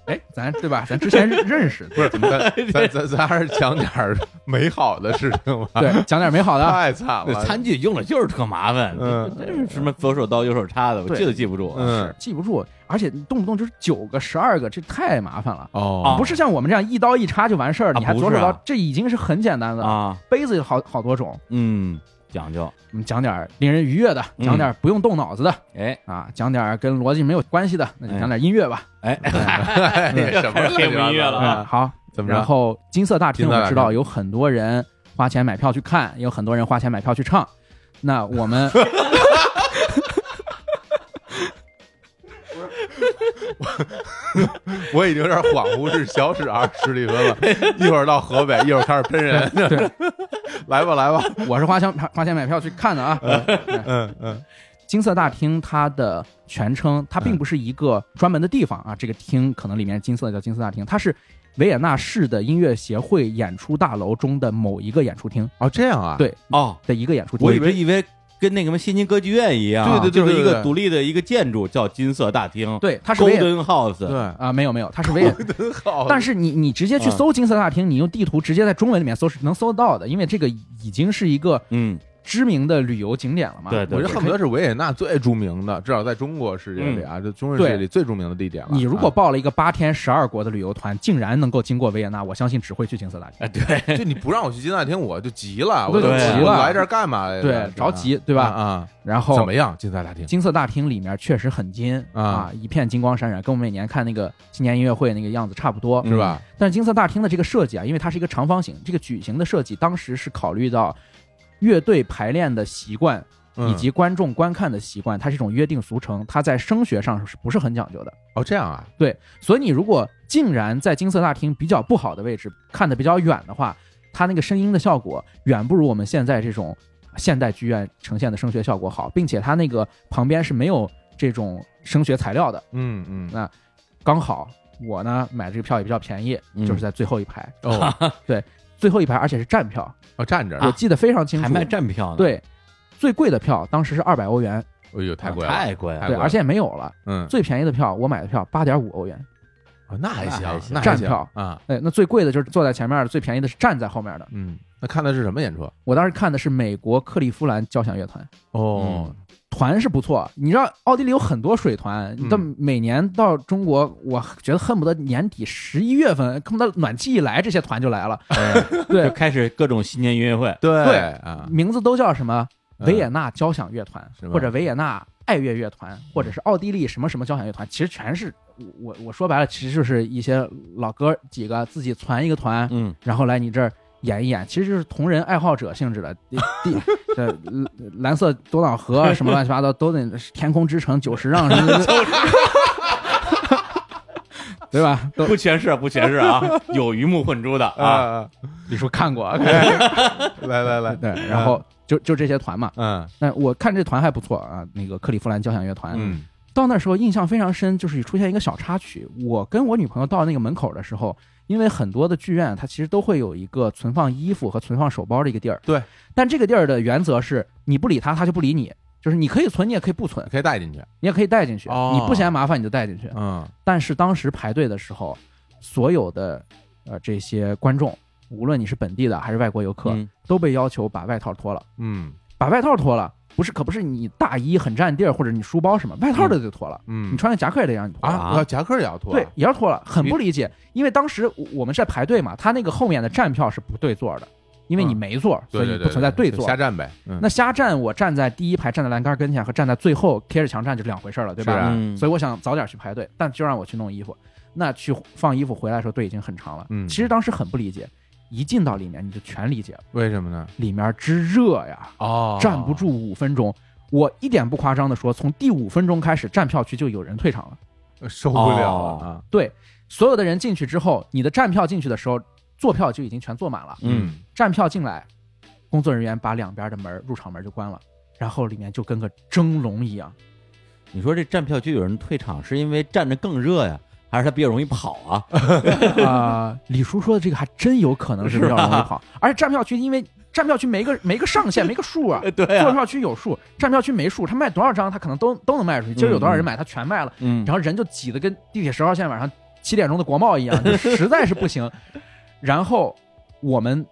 S4: 哎，咱对吧？咱之前 认识，
S1: 不是，咱咱咱咱还是讲点儿美好的事情 吧，
S4: 对，讲点美好的啊。
S1: 太惨了，
S3: 餐具用了就是特麻烦，
S1: 嗯
S3: 这是什么左手刀右手叉的，我
S4: 对
S3: 记都记不住。啊
S1: 嗯
S4: 记不住，而且你动不动就是九个、十二个，这太麻烦了。
S1: 哦，
S4: 不是像我们这样一刀一叉就完事儿，
S3: 啊
S4: 你还左
S3: 不
S4: 手
S3: 是啊
S4: 刀，这已经是很简单了。
S3: 啊，
S4: 杯子有好好多种，
S3: 嗯，讲究，
S4: 我们讲点儿令人愉悦的，
S3: 嗯
S4: 讲点儿不用动脑子的、
S3: 哎
S4: 啊，讲点儿跟逻辑没有关系的，那就讲点音乐吧。
S3: 哎，
S1: 哎什么
S3: 黑幕音乐了
S4: 嗯，
S1: 啊？
S4: 好。
S1: 怎么
S4: 然
S1: 着？
S4: 后金色大厅，
S1: 金色
S4: 我
S1: 大厅
S4: 们知道有很多人花钱买票去看，也有很多人花钱买票去唱。那 我们
S1: 我已经有点恍惚，是小史二十里分了， 一会儿到河北，一会儿开始喷 人，来吧来吧，
S4: 我是花钱花钱买票去看的啊。
S1: 嗯嗯
S4: 金色大厅它的全称，它并不是一个专门的地方啊，这个厅可能里面金色的叫金色大厅，它是维也纳市的音乐协会演出大楼中的某一个演出厅
S1: 哦，这样啊，
S4: 对
S3: 哦，
S4: 的一个演出厅。
S3: 我以为以为跟那个什么新津歌剧院一样，
S1: 对对对
S3: 就是
S1: 对
S3: 一
S1: 对
S3: 个独立的一个建筑叫金色大厅，
S4: 对，它是维也
S3: ，Golden House，
S1: 对，
S4: 啊、没有没有，它是维也。
S1: 真好，
S4: 但是你你直接去搜金色大厅，你用地图直接在中文里面搜是能搜到的，因为这个已经是一个
S3: 嗯，
S4: 知名的旅游景点了嘛。
S3: 对对
S1: 我
S4: 我
S1: 觉得
S4: 觉得
S1: 恨
S4: 恨
S1: 不得
S4: 不得
S1: 是维也纳最著名的，至少在中国世界里啊，这中世界里最著名的地点了。
S4: 嗯你如果
S1: 啊
S4: 报了一个八天十二国的旅游团，竟然能够经过维也纳，我相信只会去金色大厅。
S1: 就你不让我去金大厅，我就急了，我
S4: 我
S1: 就
S4: 就
S3: 急
S1: 我
S4: 了
S1: 来这儿干嘛来着？
S4: 对，着急，对
S1: 对
S4: 吧？
S1: 啊，
S4: 然
S1: 啊怎
S4: 后
S1: 么样？金色大厅
S4: 金色大厅里面确实很金
S1: 啊
S4: 啊，一片金光闪闪，跟我们每年看那个新年音乐会那个样子差不多。
S1: 是吧？
S4: 但是金色大厅的这个设计啊，因为它是一个长方形，这个矩形的设计，当时是考虑到乐队排练的习惯
S1: 嗯
S4: 以及观众观看的习惯，它是一种约定俗成，它在声学上是不是很讲究的？
S1: 哦，这样啊，
S4: 所以你如果竟然在金色大厅比较不好的位置看得比较远的话，它那个声音的效果远不如我们现在这种现代剧院呈现的声学效果好，并且它那个旁边是没有这种声学材料的。
S1: 嗯嗯，
S4: 刚好我呢买这个票也比较便宜，
S3: 嗯
S4: 就是在最后一排，
S1: 哦
S4: 最后一排而且是站票，
S1: 哦，站着，
S4: 我记得非常清楚。
S3: 啊还卖站票呢？，哦
S4: 对，最贵的票当时是二百欧元，
S1: 哎呦，太贵了，
S3: 太贵
S1: 太贵
S3: 了，
S4: 啊对，
S1: 了
S4: 而且也没有了。
S1: 嗯，
S4: 最便宜的票我买的票八点五欧元，
S1: 哦那还
S3: 那还行
S1: 那还
S4: 站
S1: 行
S4: 票
S1: 啊，
S4: 哎，那最贵的就是坐在前面的，最便宜的是站在后面的。
S1: 嗯，那看的是什么演出？
S4: 我当时看的是美国克利夫兰交响乐团，
S1: 哦，
S4: 团是不错。你知道奥地利有很多水团，
S1: 嗯
S4: 但每年到中国，我觉得恨不得年底十一月份，恨不得暖气一来，这些团就来了。
S3: 就
S1: 哎
S4: 对，
S3: 开始各种新年音乐会，
S1: 对
S4: 对
S1: 啊，
S4: 名字都叫什么？
S1: 嗯
S4: 维也纳交响乐团
S1: 是吧，
S4: 或者维也纳爱乐乐团，或者是奥地利什么什么交响乐团，其实全是我我我说白了，其实就是一些老哥几个自己攒一个团，
S3: 嗯，
S4: 然后来你这儿演一演，其实就是同人爱好者性质的。地地 呃蓝蓝色多瑙河什么乱七八糟都得天空之城九十让什么的， 对吧？ 都
S3: 不全是不全是啊，有鱼目混珠的啊，
S1: 啊，
S4: 李叔看过，嗯
S1: 来来来，
S4: 对，然后就就这些团嘛。
S1: 嗯
S4: 那我看这团还不错啊，那个克利夫兰交响乐团，
S1: 嗯，
S4: 到那时候印象非常深，就是出现一个小插曲。我跟我女朋友到那个门口的时候，因为很多的剧院它其实都会有一个存放衣服和存放手包的一个地儿。
S1: 对，
S4: 但这个地儿的原则是你不理它，它就不理你。就是你可以存，你也可以不存，
S1: 可以带进去，
S4: 你也可以带进去。
S1: 哦
S4: 你不嫌麻烦你就带进去。
S1: 嗯
S4: 但是当时排队的时候，所有的呃这些观众，无论你是本地的还是外国游客，
S3: 嗯
S4: 都被要求把外套脱了。
S1: 嗯
S4: 把外套脱了，不是可不是你大衣很占地儿或者你书包什么，外套都得脱了。你
S1: 嗯，
S4: 穿个夹克也得让你脱
S1: 啊，我要夹克也要脱，
S4: 对，也要脱了，很不理解，因为当时我我们是在排队嘛，他那个后面的站票是不对座的，因为你
S1: 嗯
S4: 没座，
S1: 对，
S4: 所
S1: 对
S4: 以你
S1: 对
S4: 不存在
S1: 对
S4: 对座。
S1: 瞎站呗，嗯，
S4: 那瞎站，我站在第一排，站在栏杆跟前和站在最后贴着墙站就两回事了，对
S1: 是啊
S4: 吧？
S3: 嗯
S4: 所以我想早点去排队，但就让我去弄衣服，那去放衣服回来的时候队已经很长了。
S1: 嗯
S4: 其实当时很不理解，一进到里面你就全理解了，
S1: 为什么呢？
S4: 里面之热呀，
S1: 哦
S4: 站不住，五分钟。我一点不夸张的说，从第五分钟开始，站票区就有人退场了。
S1: 受不了了啊，
S4: 对，所有的人进去之后，你的站票进去的时候，坐票就已经全坐满了。
S3: 嗯，
S4: 站票进来，工作人员把两边的门儿入场门就关了，然后里面就跟个蒸笼 一样。
S3: 你说这站票区有人退场，是因为站着更热呀，还是他比较容易跑啊？
S4: 啊、李叔说的这个还真有可能是比较容易跑，
S3: 啊
S4: 而且站票区因为站票区没个没个上限，没个数啊。
S3: 对
S4: 坐
S3: 啊，
S4: 票区有数，站票区没数，他卖多少张，他可能都都能卖出去。今儿有多少人买，他全卖了。
S3: 嗯
S4: 然后人就挤得跟地铁十号线晚上七点钟的国贸一样，就实在是不行。然后我们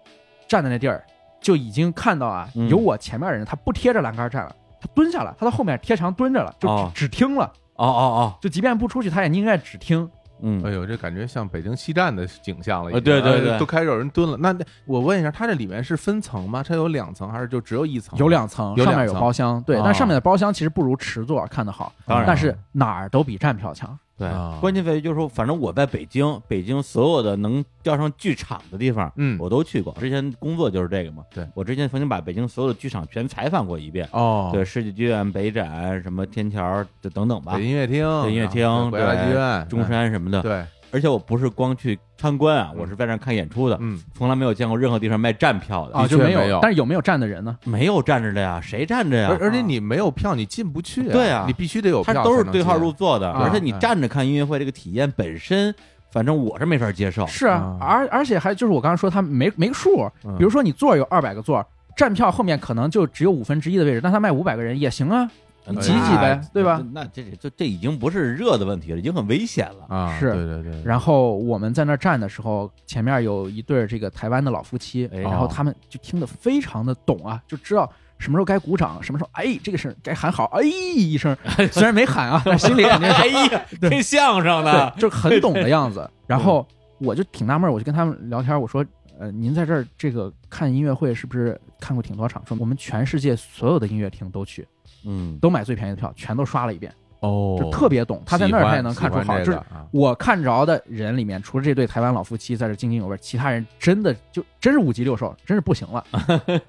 S4: 站在那地儿，就已经看到啊，
S3: 嗯
S4: 有我前面的人，他不贴着栏杆站了，他蹲下了，他到后面贴墙蹲着了，就只,、
S3: 哦
S4: 只听了，
S3: 哦哦
S4: 就即便不出去，他也宁愿只听。
S3: 哦，嗯
S1: 哎呦，这感觉像北京西站的景象了已经，
S3: 啊对对对
S1: 哎都开始有人蹲了。那那我问一下，它这里面是分层吗？它有两层还是就只有一层？
S4: 有两层，
S1: 有两层
S4: 上面有包厢，对，
S3: 哦
S4: 但上面的包厢其实不如池座看得好，
S3: 当然
S4: 但是哪儿都比站票强。
S3: 对
S1: 啊，
S3: 关键在于就是说，反正我在北京，北京所有的能叫上剧场的地方，
S1: 嗯
S3: 我都去过。之前工作就是这个嘛，
S1: 对
S3: 我之前曾经把北京所有的剧场全采访过一遍，
S1: 哦，
S3: 对，世纪剧院、北展、什么天桥这等等吧
S1: 北，音乐厅、
S3: 北音乐厅
S1: 啊国家
S3: 对
S1: 剧院、
S3: 中山什么的。
S1: 对，
S3: 而且我不是光去参观啊，
S1: 嗯
S3: 我是在那儿看演出的，
S1: 嗯，
S3: 从来没有见过任何地方卖站票的，
S1: 啊
S4: 啊，就
S1: 确没
S4: 有，
S1: 有
S4: 但是有没有站的人呢？
S3: 没有站着的呀，谁站着
S1: 而
S3: 呀？
S1: 而且你没有票，你进不去。
S3: 对啊
S1: 你必须得有
S3: 他
S1: 票，
S3: 都是对号入。座的，
S1: 啊
S3: 而且你
S1: 哎
S3: 站着看音乐会这个体验本身，反正我是没法接受。
S4: 是啊，
S1: 啊
S4: 而而且还就是我刚刚说他没没个数，
S1: 嗯
S4: 比如说你座儿有二百个座儿，站票后面可能就只有五分之一的位置，但他卖五百个人也行啊。
S3: 嗯
S1: 挤挤
S4: 呗
S3: 那
S4: 对吧
S3: 那这这这已经不是热的问题了，已经很危险了。
S1: 啊，
S4: 是
S1: 对对对，
S4: 然后我们在那儿站的时候，前面有一对儿这个台湾的老夫妻，
S3: 哎
S4: 然后他们就听得非常的懂啊，就知道什么时候该鼓掌，什么时候哎这个声该喊好哎一声，虽然没喊啊，但心里肯定是
S2: 哎呀，哎听相声
S4: 对
S2: 的，，
S4: 就是很懂的样子。然后我就挺纳闷儿，我就跟他们聊天儿，我说：“呃，您在这儿这个看音乐会是不是看过挺多场？说我们全世界所有的音乐厅都去，
S3: 嗯，
S4: 都买最便宜的票，全都刷了一遍，
S1: 哦
S4: 就特别懂。他在那儿
S1: 喜欢
S4: 他也能看出
S1: 喜
S4: 好，
S1: 欢这
S4: 就是
S1: 个啊
S4: 我看着的人里面，除了这对台湾老夫妻在这津津有味，其他人真的就真是五级六兽，真是不 行了，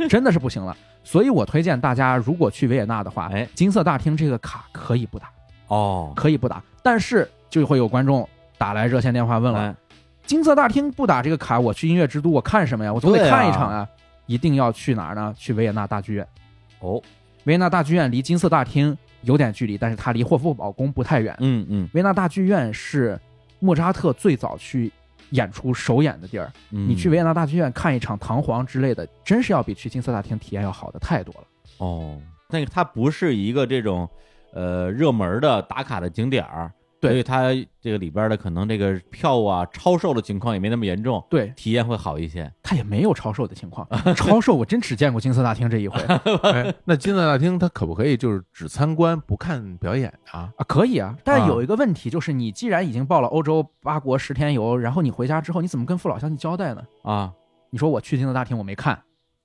S4: 真的是不行了。所以我推荐大家，如果去维也纳的话，
S3: 哎
S4: 金色大厅这个卡可以不打，
S3: 哦，
S4: 可以不打，但是就会有观众打来热线电话问了。
S3: 哎
S4: 金色大厅不打这个卡，我去音乐之都，我看什么呀？我总得
S3: 对啊
S4: 看一场啊！一定要去哪儿呢？去维也纳大剧院。
S3: 哦，
S4: 维也纳大剧院离金色大厅有点距离，但是它离霍夫堡宫不太远。
S3: 嗯嗯，
S4: 维也纳大剧院是莫扎特最早去演出首演的地儿。
S3: 嗯
S4: 你去维也纳大剧院看一场《唐璜》之类的，真是要比去金色大厅体验要好的太多了。
S3: 哦，那个它不是一个这种呃热门的打卡的景点儿，
S4: 对
S3: 所以它这个里边的可能这个票啊超售的情况也没那么严重，
S4: 对，
S3: 体验会好一些。
S4: 它也没有超售的 情况，超售我真只见过金色大厅这一回啊，
S1: 哎那金色大厅它可不可以就是只参观不看表演啊？
S4: 可以啊。但
S1: 啊
S4: 有一个问题就是，你既然已经报了欧洲八国十天游，然后你回家之后，你怎么跟父老乡亲交代呢？
S3: 啊，
S4: 你说我去金色大厅我没看，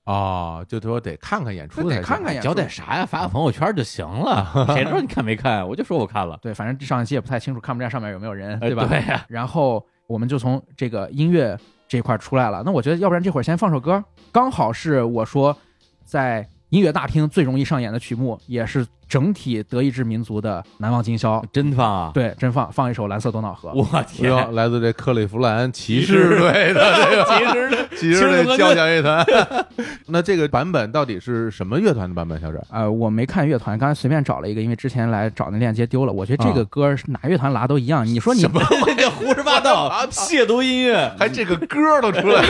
S1: 哦，就说得看看演出
S4: 得
S1: 才行
S4: 看哎看呀
S3: 交代啥呀？发个朋友圈就行了，谁知道你看没看？我就说我看了，
S4: 对，反正上一期也不太清楚看不见上面有没有人，
S3: 哎
S4: 对吧？
S3: 对呀，
S4: 然后我们就从这个音乐这块儿出来了。那我觉得，要不然这会儿先放首歌，刚好是我说在音乐大厅最容易上演的曲目，也是整体德意志民族的难忘今宵。
S3: 真放啊！
S4: 对，真放放一首《蓝色多瑙河》。
S3: 我
S1: 哎
S3: 天，
S1: 呦，来自这克利夫兰骑士队的这个
S3: 其实
S1: 骑士队交响乐团， 那这个版本到底是什么乐团的版本？小沈
S4: 呃，我没看乐团，刚才随便找了一个，因为之前来找那链接丢了。我觉得这个
S1: 啊
S4: 歌是哪乐团拉都一样。你说你
S3: 这这胡说八 道，亵渎音乐，
S1: 还这个歌都出来了，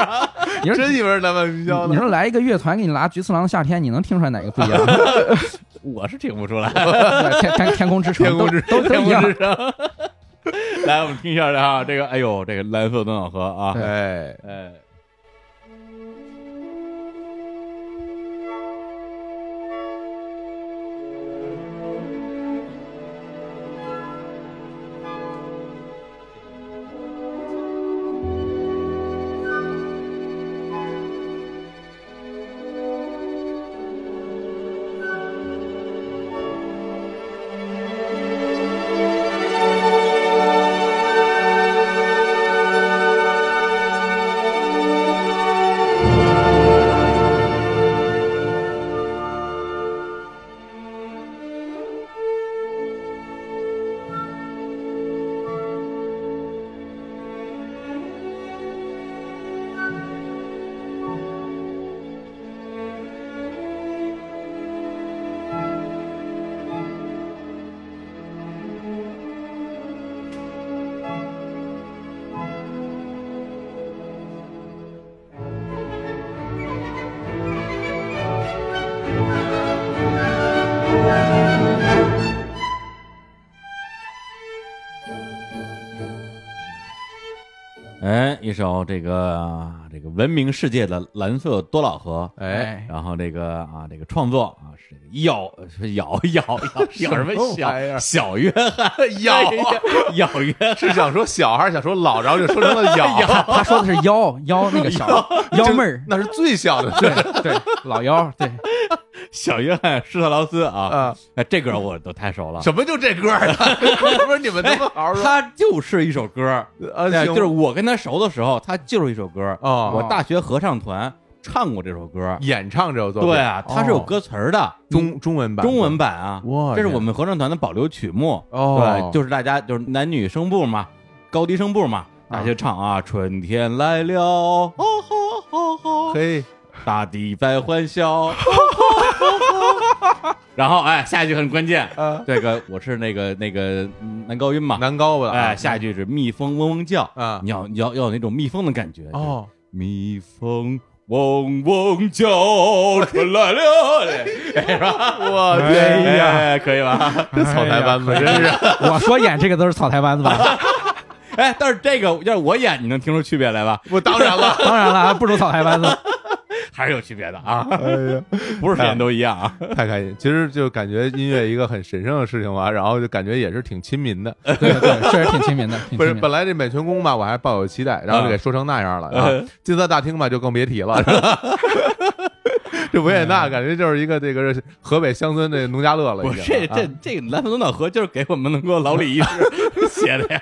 S3: 啊
S4: 你说
S1: 真以为是南半球
S4: 你
S1: 呢？
S4: 说来一个乐团给你拉《菊次郎的夏天》，你能听出来哪个不一样？
S3: 我是听不出来。
S4: 对天天天空之城
S1: 天
S4: 都
S1: 空之
S4: 都都一样。
S3: 来，我们听一下啊，这个，哎呦，这个蓝色多瑙河啊，
S4: 对
S1: 哎，
S3: 哎。哎，一首这个这个闻名世界的《蓝色多瑙河》，
S1: 哎，
S3: 然后这个啊，这个创作啊是咬咬咬咬咬什么
S1: 什么玩意
S3: 小
S1: 儿
S3: 小约翰
S1: 咬
S3: 哎呀咬约翰，
S1: 是想说小还是想说老，然后就说成了咬
S4: 他说的是腰腰那个 小
S1: 就
S4: 幺妹儿，
S1: 那是最小的
S4: 对 对，老妖对，
S3: 小约翰施特劳斯 啊，
S1: 啊！
S3: 哎，这歌我都太熟了，
S1: 什么就这歌儿啊？ 不是你们他妈好好说
S3: 他就是一首歌，
S1: 啊
S3: 哎
S1: 行
S3: 就是我跟他熟的时候，他就是一首歌，
S1: 哦
S3: 我大学合唱团唱过这首歌，
S1: 演唱这首作品，
S3: 对啊，他是有歌词儿的，
S1: 中嗯中文版，
S3: 中文版啊，
S1: 哇
S3: 这是
S1: 天
S3: 我们合唱团的保留曲目，
S1: 哦
S3: 对，，就是大家就是男女声部嘛，高低声部嘛，大家唱啊，春天来了，哦吼吼吼，
S1: 嘿，
S3: 大地在欢笑， 哦吼吼吼然后哎，下一句很关键，
S1: 啊，
S3: 这个我是那个那个嗯男高音嘛，
S1: 男高吧？
S3: 哎，下一句是蜜蜂嗡嗡叫，
S1: 啊
S3: 你要你要要有那种蜜蜂的感觉，
S1: 哦，
S3: 蜜蜂嗡嗡叫，春来了，哎是吧？
S1: 我
S3: 哎
S1: 天呀，
S3: 呀，可以吧？
S1: 这草台班子哎真是
S4: 我说演这个都是草台班子吧？
S3: 哎，但是这个要是我演，你能听出区别来吧？
S1: 我当然了，
S4: 当然了，还不如草台班子。
S3: 还是有区别的啊，
S1: 哎呀，
S3: 不是每人都一样
S4: 哎
S3: 啊。
S1: 太开心！其实就感觉音乐一个很神圣的事情 吧，然后就感觉也是挺亲民的。
S4: 对对，确实挺亲民的，挺
S1: 不
S4: 亲
S1: 是，
S4: 民的。
S1: 本来这满泉宫吧，我还抱有期待，然后就给说成那样了。然后金色大厅吧，就更别提 了。这维也纳感觉就是一个这个河北乡村的农家乐了，啊
S3: 不
S1: 已
S3: 是
S1: 经
S4: 啊
S3: 这这这个兰佛多瑙河就是给我们能够老李医师 写的呀，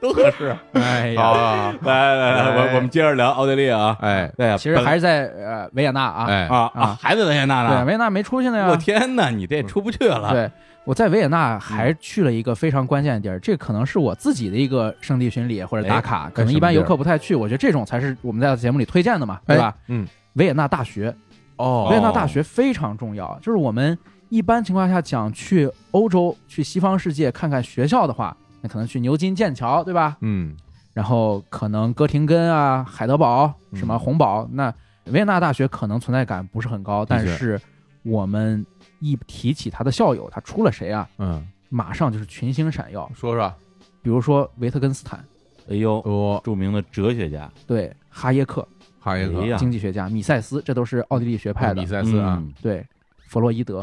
S3: 多合适。
S4: 哎
S1: 啊。好
S4: 呀，
S1: 好，好
S3: 来来来，我我们接着聊奥地利啊。
S1: 哎
S3: 对呀，
S4: 哎其实
S3: 本
S4: 还是在呃维也纳啊，
S1: 哎，
S3: 啊啊
S4: 啊，
S3: 还在维也纳
S4: 对，
S3: 呢。
S4: 维也纳没出去呢
S3: 我
S4: 呀。
S3: 天哪，你这出不去了。
S4: 对，我在维也纳还
S1: 嗯
S4: 去了一个非常关键的地儿，这可能是我自己的一个圣地巡礼或
S1: 哎
S4: 者打卡，可能一般游客不太去。我觉得这种才是我们在节目里推荐的嘛，对吧？
S1: 嗯，
S4: 维也纳大学，
S1: 哦
S4: 维也纳大学非常重要，就是我们一般情况下讲去欧洲、去西方世界看看学校的话，那可能去牛津、剑桥，对吧？
S1: 嗯，
S4: 然后可能哥廷根啊、海德堡、
S1: 嗯
S4: 什么洪堡，那维也纳大学可能存在感不是很高，但
S1: 确
S4: 是我们一提起他的校友，他出了谁啊？
S1: 嗯，
S4: 马上就是群星闪耀，
S1: 说说，
S4: 比如说维特根斯坦，
S3: 哎呦，
S1: 哦，
S3: 著名的哲学家
S4: 对，哈耶克
S1: 哈耶克
S3: 哎呀
S4: 经济学家，米塞斯，这都是奥地利学派
S1: 米
S4: 的，
S1: 塞斯啊，，
S3: 嗯
S4: 对，弗洛伊德，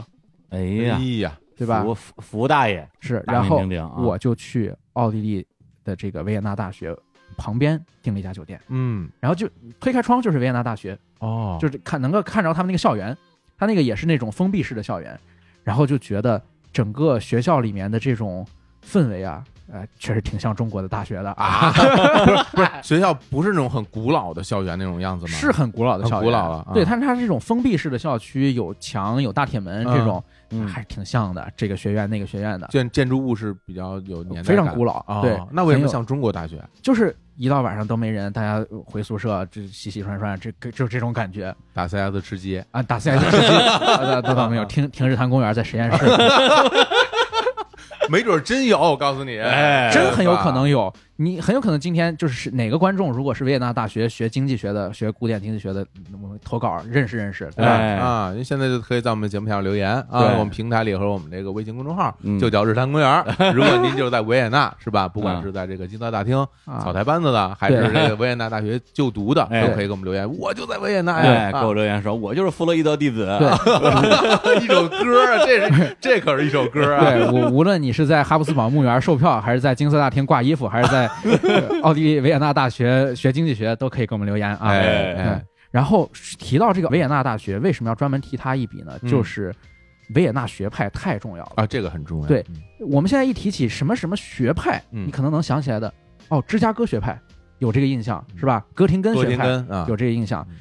S3: 哎
S4: 嗯
S1: 哎
S3: 呀，
S1: 呀，
S4: 对吧？
S3: 福福福大爷，
S4: 是，
S3: 大
S4: 然
S3: 名
S4: 后
S3: 鼎鼎啊
S4: 我就去奥地利的这个维也纳大学旁边订了一家酒店，
S1: 嗯，
S4: 然后就推开窗就是维也纳大学，
S1: 哦，
S4: 就是看能够看着他们那个校园，他那个也是那种封闭式的校园，然后就觉得整个学校里面的这种氛围啊，呃，确实挺像中国的大学的啊，
S1: 不是学校不是那种很古老的校园那种样子吗？
S4: 是很古老的
S1: 很
S4: 校园，
S1: 古老了啊
S4: 对，但是它是这种封闭式的校区，有墙有大铁门
S1: 嗯
S4: 这种，
S3: 嗯
S4: 还是挺像的。这个学院那个学院的，
S1: 建建筑物是比较有年代感，
S4: 非常古老。
S1: 哦
S4: 对，
S1: 那为什么
S4: 很有
S1: 像中国大学？
S4: 就是一到晚上都没人，大家回宿舍这洗洗涮涮，这这就这种感觉
S1: 打 CS 吃鸡，
S4: 啊！打 CS 吃鸡， 啊倒倒 没有，停停日坛公园在实验室，
S1: 没准儿真有，我告诉你，
S3: 哎
S4: 真很有可能有。你很有可能今天就是哪个观众，如果是维也纳大学学经济学的、学古典经济学的，嗯我们投稿认识认识，对吧？
S3: 哎
S1: 啊，您现在就可以在我们节目下留言啊，
S3: 对
S1: 我们平台里和我们这个微信公众号
S3: 嗯
S1: 就叫日坛公园 儿。如果您就是在维也纳是吧，不管
S3: 嗯
S1: 是在这个金色大厅、
S4: 啊
S1: 草台班子的，还是
S4: 对
S1: 这个维也纳大学就读 的，
S3: 哎
S1: 都可以给我们留言。我就在维也纳
S3: 哎，
S1: 呀，
S3: 给
S1: 啊
S3: 我留言说，我就是弗洛伊德弟子。啊
S4: 对，
S1: 一首歌儿，这是这可是一首歌儿啊！
S4: 对我，无论你是在哈布斯堡墓园售票，还是在金色大厅挂衣服，还是在呃奥地利维也纳大学学经济学，都可以给我们留言啊。
S1: 哎
S4: 对
S1: 哎，
S4: 然后提到这个维也纳大学，为什么要专门提它一笔呢？
S1: 嗯
S4: 就是维也纳学派太重要了。
S1: 啊，这个很重要。
S4: 对
S1: 嗯，
S4: 我们现在一提起什么什么学派，
S1: 嗯
S4: 你可能能想起来的，哦，芝加哥学派有这个印象是吧？哥廷根
S1: 多
S4: 学
S1: 林
S4: 派
S1: 嗯根啊，
S4: 有这个印象
S1: 嗯。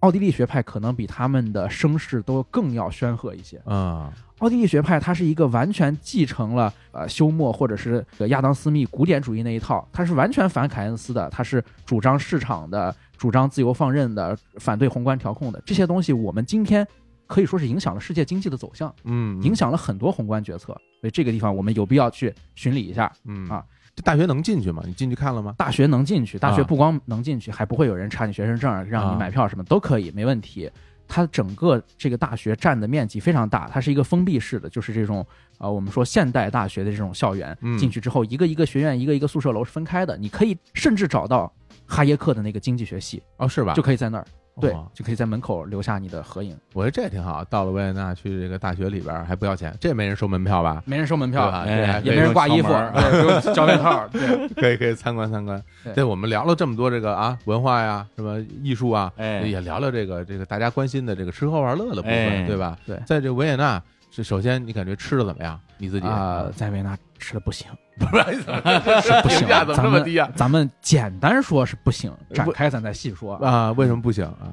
S4: 奥地利学派可能比他们的声势都更要煊赫一些，
S1: 啊，
S4: 奥地利学派它是一个完全继承了呃休谟或者是呃亚当斯密古典主义那一套，它是完全反凯恩斯的，它是主张市场的，主张自由放任的，反对宏观调控的这些东西，我们今天可以说是影响了世界经济的走向，
S1: 嗯，
S4: 影响了很多宏观决策。所以这个地方我们有必要去巡礼一下。
S1: 嗯
S4: 啊，
S1: 这大学能进去吗？你进去看了吗？
S4: 大学能进去，大学
S1: 啊
S4: 不光能进去，还不会有人查你学生证，让
S1: 啊
S4: 你买票什么都可以，没问题。它整个这个大学占的面积非常大，它是一个封闭式的，就是这种呃，我们说现代大学的这种校园。
S1: 嗯
S4: 进去之后，一个一个学院，一个一个宿舍楼是分开的，你可以甚至找到哈耶克的那个经济学系，
S1: 哦，是吧？
S4: 就可以在那儿，对
S1: 哦，
S4: 就可以在门口留下你的合影，
S1: 我觉得这也挺好。到了维也纳去这个大学里边儿还不要钱，这没人收门票 吧？
S4: 没人收门
S1: 对
S4: 票，啊
S1: 吧？
S3: 哎
S1: 这还可以
S4: 也没人挂衣服，
S3: 不用敲
S4: 对不用找外套，对，
S1: 可以可以参观参观。
S4: 对
S1: 对，我们聊了这么多这个啊文化呀，什么艺术啊，
S3: 哎
S1: 也聊聊这个这个大家关心的这个吃喝玩乐的部分，
S3: 哎
S1: 对吧？
S4: 对
S1: 在这维也纳是首先你感觉吃的怎么样？你自己
S4: 啊、在维也纳吃的不行。
S1: 不是怎么
S4: 是不行
S1: 评价怎么
S4: 咱
S1: 这
S4: 们
S1: 么低啊？呃
S4: 咱们简单说是不行，展开咱再细说。
S1: 啊，为什么不行啊？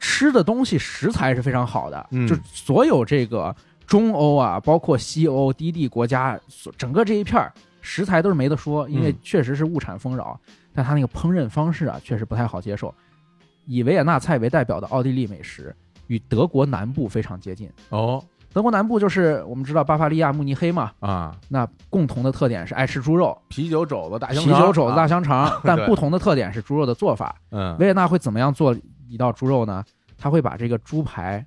S4: 吃的东西食材是非常好的，
S1: 嗯
S4: 就所有这个中欧啊，包括西欧低地国家，所整个这一片儿食材都是没得说，因为
S1: 嗯
S4: 确实是物产丰饶，但它那个烹饪方式啊，确实不太好接受。以维也纳菜为代表的奥地利美食与德国南部非常接近。
S1: 哦
S4: 德国南部就是我们知道巴伐利亚、慕尼黑嘛，
S1: 啊，
S4: 那共同的特点是爱吃猪肉，
S1: 啤酒肘子大香
S4: 啤
S1: 肠，
S4: 酒肘子、大
S1: 啊
S4: 香肠，但
S1: 对
S4: 不同的特点是猪肉的做法。
S1: 嗯
S4: 维也纳会怎么样做一道猪肉呢？他会把这个猪排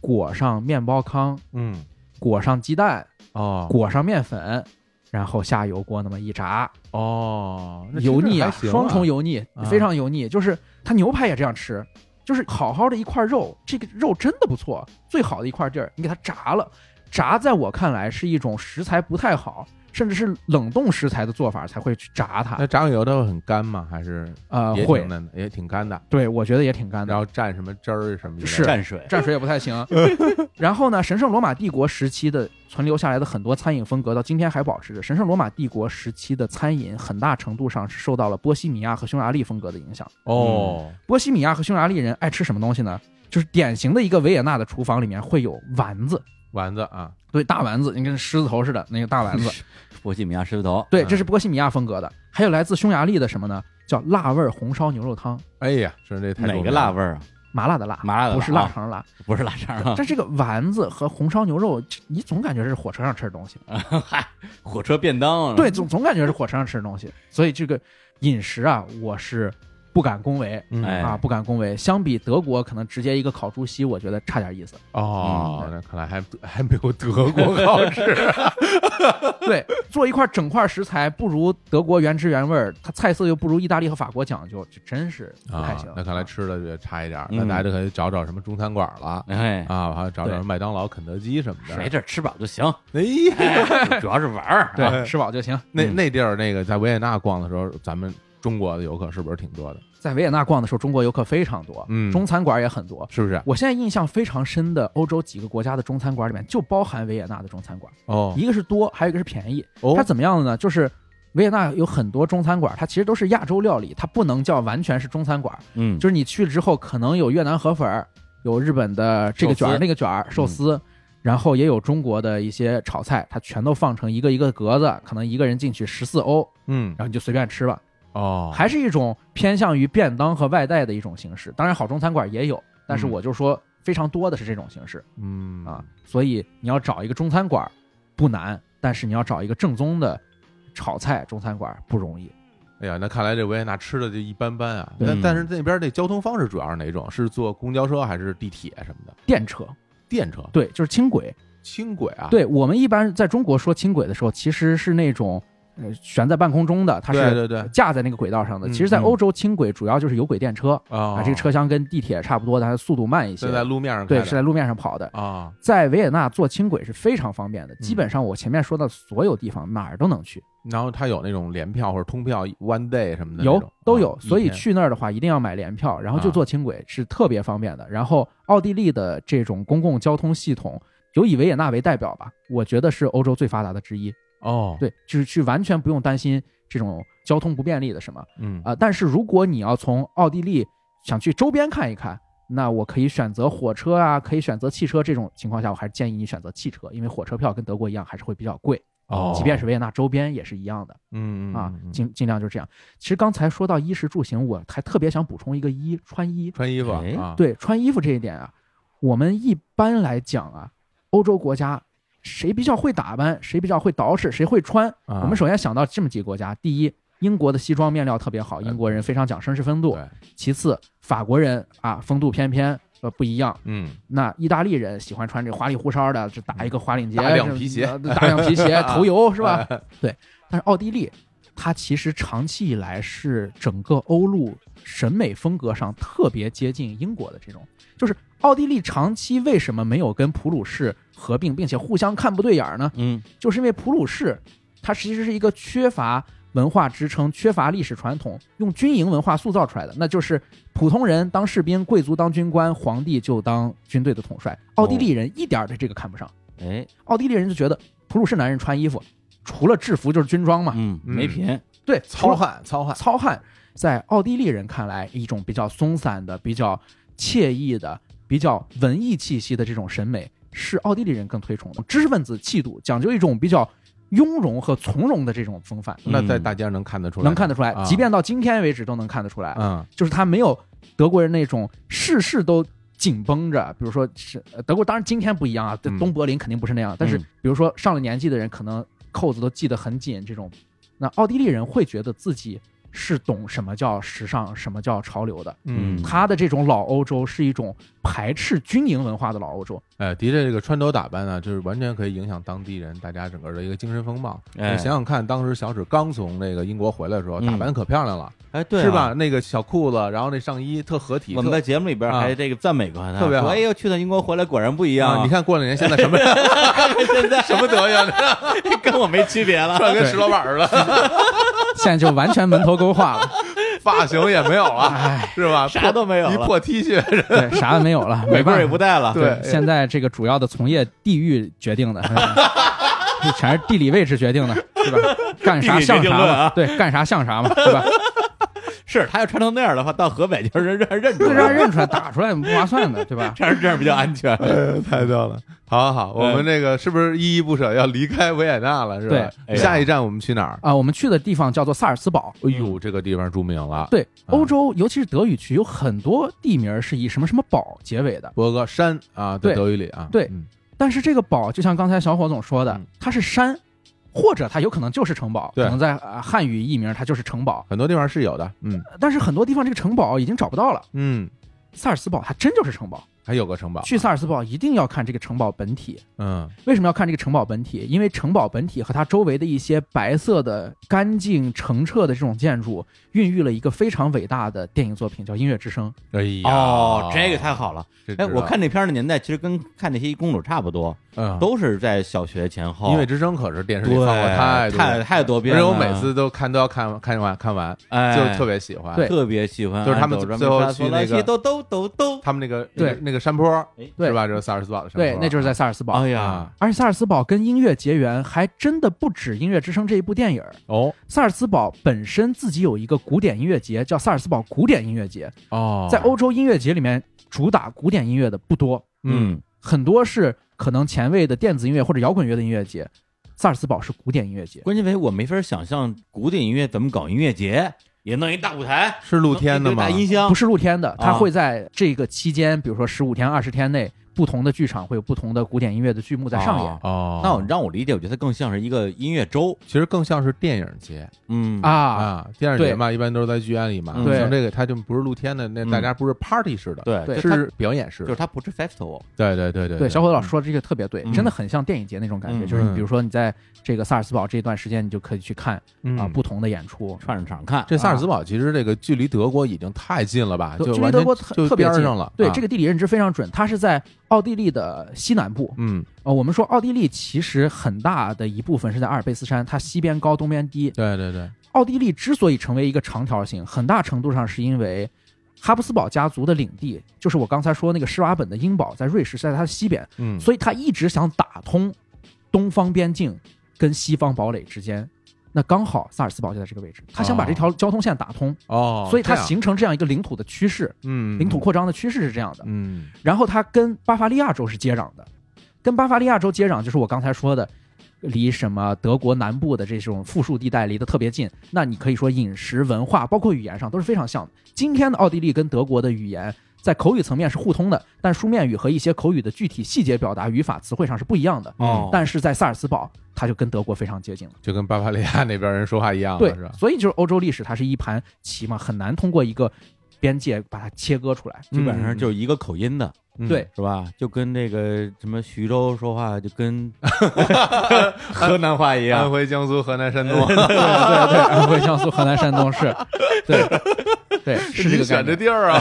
S4: 裹上面包糠，
S1: 嗯
S4: 裹上鸡蛋，
S1: 哦
S4: 裹上面粉，然后下油锅那么一炸，
S1: 哦，那其实
S4: 油腻
S1: 还
S4: 啊，
S1: 行啊，
S4: 双重油腻
S1: 啊，
S4: 非常油腻。就是他牛排也这样吃，就是好好的一块肉，这个肉真的不错，最好的一块地儿，你给它炸了，炸在我看来是一种食材不太好，甚至是冷冻食材的做法才会去炸它
S1: 那。炸完以后它会很干吗？还是
S4: 呃，
S1: 也
S4: 啊会
S1: 挺，嫩的，也挺干的，
S4: 对我觉得也挺干的
S1: 然。后蘸什么汁儿什么的。
S4: 是
S3: 蘸水，
S4: 蘸水也 不太行。然后呢，神圣罗马帝国时期的存留下来的很多餐饮风格，到今天还保持着。神圣罗马帝国时期的餐饮，很大程度上是受到了波西米亚和匈牙利风格的影响。
S1: 哦，
S4: 波西米亚和匈牙利人爱吃什么东西呢？就是典型的一个维也纳的厨房里面会有丸子，
S1: 丸子啊，
S4: 对，大丸子，你跟狮子头似的那个大丸子，
S3: 波西米亚狮子头，
S4: 对，这是波西米亚风格的。还有来自匈牙利的什么呢？叫辣味儿红烧牛肉汤，
S1: 哎呀，是这太
S3: 哪
S1: 重
S3: 个
S1: 要了
S3: 辣味儿啊？
S4: 麻辣的辣，
S3: 麻辣的辣
S4: 不是腊肠辣。
S3: 不是腊肠啊，
S4: 但这个丸子和红烧牛肉，这你总感觉这是火车上吃的东西。
S1: 嗯
S3: 火车便当啊，
S4: 对，总总感觉是火车上吃的东西，所以这个饮食啊，我是不敢恭维
S1: 嗯
S3: 哎
S4: 啊，不敢恭维。相比德国，可能直接一个烤猪膝，我觉得差点意思。
S1: 哦，
S4: 嗯
S1: 那看来还还没有德国好吃。
S4: 对， 做一块整块食材不如德国原汁原味儿，它菜色又不如意大利和法国讲究，就真是不 太
S1: 啊
S4: 行。，
S1: 那看来吃的就差一点儿，
S3: 嗯
S1: 那大家就可以找找什么中餐馆了
S3: 哎，
S1: 啊，还有找
S4: 对
S1: 找麦当劳、肯德基什么的。
S3: 没这儿吃饱就行，
S1: 哎呀，
S3: 哎主要是玩儿。
S4: 对，吃饱就行。
S1: 那那地儿那个在维也纳逛的时候，咱们中国的游客是不是挺多的？
S4: 在维也纳逛的时候，中国游客非常多，
S1: 嗯
S4: 中餐馆也很多。
S1: 是不是？
S4: 我现在印象非常深的欧洲几个国家的中餐馆里面，就包含维也纳的中餐馆，
S1: 哦
S4: 一个是多，还有一个是便宜。它
S1: 哦，
S4: 怎么样的呢？就是维也纳有很多中餐馆，它其实都是亚洲料理，它不能叫完全是中餐馆。
S3: 嗯，
S4: 就是你去之后，可能有越南河粉儿，有日本的这个
S3: 寿
S4: 卷儿
S3: 司
S4: 那个卷儿寿司。
S1: 嗯
S4: 然后也有中国的一些炒菜，它全都放成一个一个格子，可能一个人进去十四欧，
S1: 嗯
S4: 然后你就随便吃吧。
S1: 哦，
S4: 还是一种偏向于便当和外带的一种形式。当然，好中餐馆也有，但是
S1: 嗯
S4: 我就说非常多的是这种形式。
S1: 嗯
S4: 啊，，所以你要找一个中餐馆儿不难，但是你要找一个正宗的炒菜中餐馆儿不容易。
S1: 哎呀，那看来这维也纳吃的就一般般啊。
S4: 对
S1: 但但是那边那交通方式主要是哪种？是坐公交车还是地铁什么的？
S4: 电车，
S1: 电车、
S4: 对，就是轻轨。
S1: 轻轨啊？
S4: 对我们一般在中国说轻轨的时候，其实是那种呃悬在半空中的，它
S1: 对
S4: 是
S1: 对对
S4: 架在那个轨道上的。
S1: 嗯
S4: 其实，在
S3: 嗯
S4: 欧洲，轻轨主要就是有轨电车
S1: 啊
S4: 啊，这个车厢跟地铁差不多，但它速度慢一些
S1: 是。在路面上
S4: 对，
S1: 开
S4: 是
S1: 的
S4: 在路面上跑的。
S1: 啊，
S4: 在维也纳坐轻轨是非常方便的，
S1: 嗯
S4: 基本上我前面说的所有地方哪儿都能去。
S1: 然后它有那种联票或者通票 one day 什么的那种，
S4: 有都有
S1: 啊，
S4: 所
S1: 一
S4: 以
S1: 天
S4: 去那儿的话一定要买联票，然后就
S1: 啊
S4: 坐轻轨是特别方便的。然后奥地利的这种公共交通系统，有以维也纳为代表吧，我觉得是欧洲最发达的之一。
S1: 哦，，
S4: 对，就是去完全不用担心这种交通不便利的什么
S1: 嗯
S4: 啊、呃但是如果你要从奥地利想去周边看一看，那我可以选择火车啊，可以选择汽车。这种情况下，我还是建议你选择汽车，因为火车票跟德国一样还是会比较贵，
S1: 哦，
S4: 即便是维也纳周边也是一样的。
S1: 嗯嗯
S4: 啊
S1: 嗯，嗯
S4: 尽尽量就这样。其实刚才说到衣食住行，我还特别想补充一个衣穿衣，
S1: 穿衣服
S3: 哎
S1: 啊，
S4: 对穿衣服这一点啊，我们一般来讲啊，欧洲国家谁比较会打扮，谁比较会捯饬，谁会穿，
S1: 啊
S4: 我们首先想到这么几个国家：第一，英国的西装面料特别好，英国人非常讲绅士风度；
S1: 对
S4: 其次，法国人啊风度翩翩。呃，不一样。
S1: 嗯，
S4: 那意大利人喜欢穿这花里胡哨的，这打一个花领结，
S1: 大量
S4: 这
S1: 皮 鞋哎
S4: 呃大量皮 鞋，头油是吧？对。但是奥地利，它其实长期以来是整个欧陆审美风格上特别接近英国的这种，就是奥地利长期为什么没有跟普鲁士合并，并且互相看不对眼儿呢？
S3: 嗯，
S4: 就是因为普鲁士，它其实是一个缺乏文化支撑、缺乏历史传统，用军营文化塑造出来的，那就是普通人当士兵，贵族当军官，皇帝就当军队的统帅。奥地利人一点儿对这个看不上，
S3: 哎，
S4: 奥地利人就觉得普鲁士男人穿衣服，除了制服就是军装嘛，
S3: 嗯，没品，
S4: 对，除
S1: 糙
S4: 了
S1: 汉糙汉，
S4: 糙汉在奥地利人看来，一种比较松散的、比较惬意的、比较文艺气息的这种审美，是奥地利人更推崇的。知识分子气度讲究一种比较雍容和从容的这种风范，
S1: 那
S3: 嗯
S1: 在大街上能看得出来，
S4: 能看得出来
S1: 啊，
S4: 即便到今天为止都能看得出来，
S1: 嗯
S4: 就是他没有德国人那种事事都。紧绷着，比如说是呃德国，当然今天不一样啊，对
S1: 嗯
S4: 东柏林肯定不是那样，但是
S3: 嗯
S4: 比如说上了年纪的人，可能扣子都系得很紧，这种，那奥地利人会觉得自己是懂什么叫时尚，什么叫潮流的。
S1: 嗯，
S4: 他的这种老欧洲是一种排斥军营文化的老欧洲，
S1: 哎，的确，这个穿着打扮呢，就是完全可以影响当地人大家整个的一个精神风貌。
S3: 哎
S1: 你想想看，当时小史刚从那个英国回来的时候，
S3: 嗯
S1: 打扮可漂亮了，
S3: 哎，对、啊，
S1: 是吧？？那个小裤子，然后那上衣特合体，
S3: 我们
S1: 特
S3: 在节目里边
S1: 啊
S3: 还这个赞美过他，
S1: 特别好
S3: 说哎呦，去趟英国回来果然不一样、
S1: 啊，你看过两年现在什么
S3: 现在
S1: 什么德行，
S3: 跟我没区别了。
S1: 穿跟石老板似的，
S4: 现在就完全门头沟化 了，
S1: 发型也没有了，
S4: 哎，
S1: 是吧？
S3: 啥都没有
S1: 一
S3: 了，
S1: 破 T 恤，
S4: 对，啥也没有了，没
S3: 玫瑰
S4: 办法
S3: 也。不戴了。
S1: 对
S4: 现在这个主要的从业地域决定的， 就全是地理位置决定的，是吧？干啥像
S3: 地理决定
S4: 啥
S3: 论
S4: 嘛，
S3: 啊
S4: 对，干啥像啥嘛，对吧？
S3: 是他要穿成那样的话，到河北就是认 认认出
S4: 这让
S3: 来，
S4: 人认出来、打出来不划算的，对吧？
S3: 这样这样比较安全。
S1: 哎太逗了。好好好，我们这个是不是依依不舍要离开维也纳了？是吧？
S3: 对
S1: 下一站我们去哪儿？
S4: 啊，我们去的地方叫做萨尔茨堡。
S1: 哎呦，这个地方著名了，
S3: 嗯
S4: 对，欧洲尤其是德语区有很多地名是以什么什么堡结尾的，
S1: 博格山啊，在
S4: 对
S1: 德语里啊，
S4: 对
S1: 嗯
S4: 但是这个堡就像刚才小伙总说的
S1: 嗯，
S4: 它是山，或者它有可能就是城堡，
S1: 对
S4: 可能在、呃汉语译名它就是城堡，
S1: 很多地方是有的，嗯
S4: 但是很多地方这个城堡已经找不到了。
S1: 嗯，
S4: 萨尔茨堡还真就是城堡，
S1: 还有个城堡，
S4: 去萨尔茨堡一定要看这个城堡本体。
S1: 嗯
S4: 为什么要看这个城堡本体？因为城堡本体和它周围的一些白色的、干净澄澈的这种建筑，孕育了一个非常伟大的电影作品，叫《音乐之声》。
S1: 哎呀，
S3: 哦，这个太好了！
S1: 这
S3: 哎，
S1: 知
S3: 我
S1: 道
S3: 看这片儿的年代，其实跟看那些公主差不多，
S1: 嗯，
S3: 都是在小学前后。
S1: 音乐之声可是电视里放
S3: 对，
S1: 过太多
S3: 太
S1: 了。
S3: 太多
S1: 而
S3: 遍
S1: 且
S3: 了，
S1: 我每次都看都要看看完看完，
S3: 哎
S1: 就是特别喜欢。
S4: 对
S3: 特别喜欢，
S1: 就是他们最后去那个
S3: 都都都都，
S1: 他们那个
S4: 对
S1: 那个那个山坡
S4: 对
S1: 是吧？就是萨尔斯堡的山坡，
S4: 对，那就是在啊哦萨尔茨堡。
S3: 哎呀
S1: 啊，
S4: 而且萨尔茨堡跟音乐结缘，还真的不止《音乐之声》这一部电影儿。
S1: 哦
S4: 萨尔茨堡本身自己有一个古典音乐节，叫萨尔茨堡古典音乐节。
S1: 哦，
S4: 在欧洲音乐节里面，主打古典音乐的不多，
S1: 嗯
S3: 嗯，
S4: 很多是可能前卫的电子音乐或者摇滚乐的音乐节。萨尔茨堡是古典音乐节，
S3: 关键为我没法想象古典音乐怎么搞音乐节，也弄一大舞台，
S1: 是露天的
S3: 弄一
S1: 吗
S3: 堆大？音箱
S4: 不，是露天的，它
S3: 啊
S4: 会在这个期间，比如说十五天、二十天内，不同的剧场会有不同的古典音乐的剧目在上演
S3: 哦
S1: 哦，
S3: 那我让我理解，我觉得它更像是一个音乐周，
S1: 其实更像是电影节
S3: 嗯，
S4: 啊。
S1: 啊，电影节嘛，一般都是在剧院里嘛。
S3: 嗯
S4: 对
S1: 像这个它就不是露天的，那
S3: 嗯
S1: 大家不是 party 式的，
S3: 对，
S4: 对
S3: 就它
S1: 是表演式
S3: 就是
S1: 的。
S3: 它不是 festival，
S1: 对对对对
S4: 对，
S1: 对，
S4: 小伙子老师说的这个特别对
S3: 嗯，
S4: 真的很像电影节那种感觉，
S3: 嗯
S4: 就是你比如说你在这个萨尔茨堡这段时间，你就可以去看
S1: 嗯
S4: 啊不同的演出。
S3: 串着场看，
S1: 这萨尔茨堡其实这个距离德国已经太近了吧？
S4: 德
S1: 就
S4: 距离
S1: 完
S4: 德
S1: 全
S4: 国特
S1: 就
S4: 特别
S1: 边儿
S4: 近
S1: 上了。
S4: 对
S1: 啊
S4: 这个地理认知非常准，它是在奥地利的西南部。
S1: 嗯，
S4: 呃，我们说奥地利其实很大的一部分是在阿尔卑斯山，它西边高，东边低。
S1: 对对对，
S4: 奥地利之所以成为一个长条形，很大程度上是因为哈布斯堡家族的领地，就是我刚才说那个施瓦本的英堡，在瑞士是在它的西边，
S1: 嗯，
S4: 所以他一直想打通东方边境跟西方堡垒之间。那刚好萨尔茨堡就在这个位置，他想把这条交通线打通，
S1: 哦，
S4: 所以它
S1: 这样，
S4: 形成这样一个领土的趋势，
S1: 嗯，
S4: 领土扩张的趋势是这样的。
S1: 嗯，
S4: 然后它跟巴伐利亚州是接壤的，跟巴伐利亚州接壤，就是我刚才说的，离什么德国南部的这种富庶地带离得特别近。那你可以说饮食、文化，包括语言上都是非常像的。今天的奥地利跟德国的语言在口语层面是互通的，但书面语和一些口语的具体细节表达、语法、词汇上是不一样的。
S1: 嗯
S3: 哦
S4: 但是在萨尔茨堡，它就跟德国非常接近了。
S1: 就跟巴伐利亚那边人说话一样了，
S4: 对
S1: 哦是啊吧，？
S4: 所以就是欧洲历史，它是一盘棋嘛，很难通过一个边界把它切割出来。
S3: 基本上就是一个口音的，
S1: 嗯
S4: 对，
S3: 是吧？就跟那个什么徐州说话，就跟
S1: 河南话一
S3: 样
S1: 安徽、江苏、河南、山东，
S4: 对对对，安徽、江苏、河南、山 东是，对对是这
S1: 你
S4: 个概
S1: 选这
S4: 念。
S1: 地儿啊，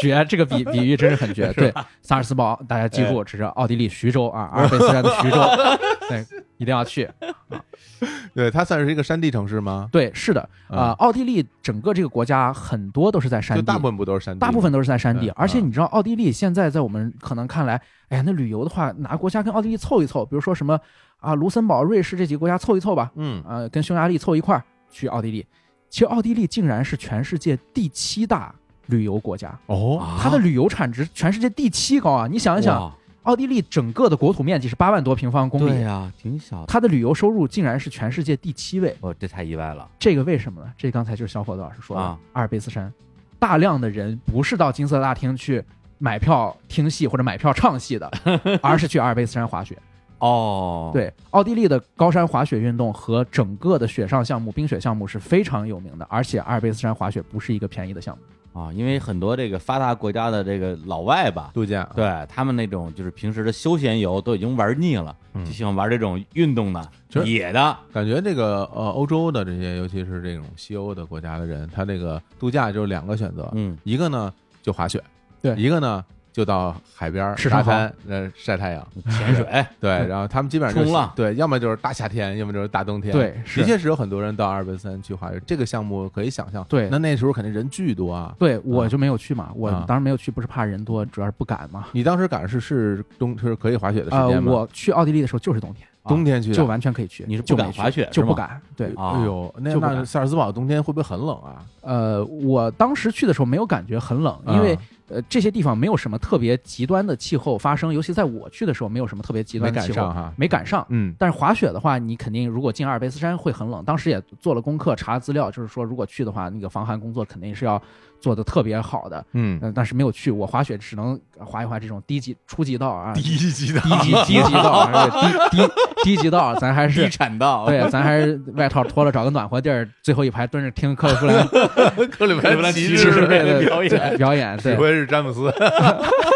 S4: 绝，这个比比喻真是很绝。对，萨尔茨堡，大家记住，这是奥地利徐州啊，阿尔卑斯山的 徐州，对，一定要去。
S1: 对，它算是一个山地城市吗？
S4: 对，是的，啊、
S1: 嗯
S4: 奥地利整个这个国家很多都是在山
S1: 就
S4: 地，
S1: 大部分不都是山地吗，
S4: 大部分都是在山地
S1: 嗯，
S4: 而且你知道，奥地利现在在我们可能看来，哎呀，那旅游的话，拿国家跟奥地利凑一凑，比如说什么啊，卢森堡、瑞士这几个国家凑一凑吧，
S1: 嗯，
S4: 呃，跟匈牙利凑一块儿去奥地利。其实奥地利竟然是全世界第七大旅游国家，
S1: 哦，
S3: 啊
S4: 它的旅游产值全世界第七高啊！你想一想，
S3: 哇
S4: 奥地利整个的国土面积是八万多平方公
S3: 对
S4: 里，
S3: 呀，挺小的，
S4: 它的旅游收入竟然是全世界第七位。
S3: 哦，这太意外了，
S4: 这个为什么呢？这刚才就是小伙子老师说的，
S3: 啊
S4: 阿尔卑斯山，大量的人不是到金 色大厅去买票听戏或者买票唱戏的，而是去阿尔卑斯山滑雪。
S3: 哦，，
S4: 对，奥地利的高山滑雪运动和整个的雪上项目、冰雪项目是非常有名的，而且阿尔卑斯山滑雪不是一个便宜的项目。
S3: 啊，因为很多这个发达国家的这个老外吧，
S1: 度假，
S3: 对他们那种就是平时的休闲游都已经玩腻了，
S1: 嗯
S3: 就喜欢玩这种运动的、
S1: 其实
S3: 野的。
S1: 感觉这个呃欧洲的这些，尤其是这种西欧的国家的人，他这个度假就是两个选择，
S3: 嗯，
S1: 一个呢就滑雪，
S4: 对
S1: 一个呢就到海边儿
S4: 吃
S1: 沙
S4: 烧烤
S1: 滩呃晒太阳，
S3: 潜 水，
S1: 对，
S4: 嗯
S1: 然后他们基本上就
S3: 冲浪
S1: 对，要么就是大夏天，要么就是大冬天，。
S4: 对，
S1: 的
S4: 是。
S1: 确是有很多人到阿尔卑斯山去滑雪，这个项目可以想象。
S4: 对
S1: 那那时候肯定人巨多啊。
S4: 对，我就没有去嘛，我
S1: 啊
S4: 当时没有去，不是怕人多，主要是不敢嘛。
S1: 你当时赶上是是冬是可以滑雪的时
S4: 呃，
S1: 间吗？啊
S4: 我去奥地利的时候就是冬天，
S1: 冬天去的，
S4: 就完全可以去。
S3: 你是不
S4: 就
S3: 敢
S4: 没去
S3: 滑雪
S4: 就是不
S3: 吗
S4: 敢。对，
S3: 啊
S1: 哎呦，那
S4: 就不
S1: 那
S4: 敢
S1: 萨尔茨堡冬天会不会很冷啊？
S4: 呃，我当时去的时候没有感觉很冷，因为
S1: 啊
S4: 呃这些地方没有什么特别极端的气候发生，尤其在我去的时候没有什么特别极
S1: 没
S4: 端的
S1: 赶
S4: 气
S1: 上
S4: 候，
S1: 哈。
S4: 没赶上。
S1: 嗯，
S4: 但是滑雪的话，你肯定如果进阿尔卑斯山会很冷。当时也做了功课，查资料，就是说如果去的话，那个防寒工作肯定是要做的特别好的。
S1: 嗯，
S4: 嗯，但是没有去，我滑雪只能滑一滑这种低级初级道啊，低
S1: 一级的
S4: 级低级道啊，低低低级道，啊咱 还
S3: 地
S4: 是
S3: 产道，
S4: 对，咱还是外套脱了，找个暖和地儿，最后一排蹲着听克利夫兰
S1: 克里夫 兰骑
S4: 骑士
S1: 士
S4: 队的
S3: 表演
S4: 表演，
S1: 指
S4: 对，
S1: 挥是詹姆 斯，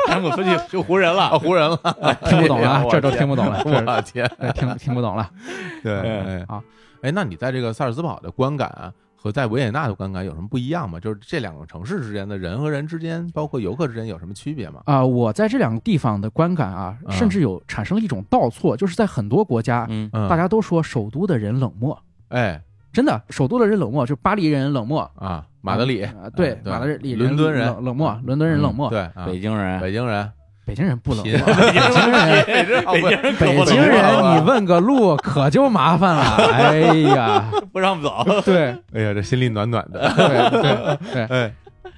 S3: 咱们分去就湖人了。
S1: 啊，湖人了，
S4: 听不懂
S1: 哎呀
S4: 了，
S1: 我
S4: 这都听不懂了，这
S1: 我天，
S4: 对听听不懂了。
S1: 对，哎
S4: 好，
S1: 哎，那你在这个萨尔茨堡的观感啊和在维也纳的观感有什么不一样吗？就是这两个城市之间的人和人之间，包括游客之间有什么区别吗？
S4: 啊、我在这两个地方的观感啊，
S1: 嗯
S4: 甚至有产生了一种倒错，就是在很多国家，
S3: 嗯，
S1: 嗯，
S4: 大家都说首都的人冷漠，
S1: 哎
S4: 真的，首都的人冷漠，就巴黎人冷漠，
S1: 啊，马德里，
S4: 呃对，
S1: 哎对
S4: 马德里人
S1: 伦敦人嗯
S4: 冷冷漠，伦敦人冷漠，
S1: 对，啊
S3: 北京人，
S1: 北京人，
S4: 北京人不冷
S1: 贫
S4: 漠，北京人。
S1: 北京
S3: 北京人
S4: 北京人，你
S1: 问，
S4: 问个路可就麻烦了。哎呀，
S3: 不让走，
S4: 对
S1: 哎呀，这心里暖暖 的，
S4: 对对对，
S1: 哎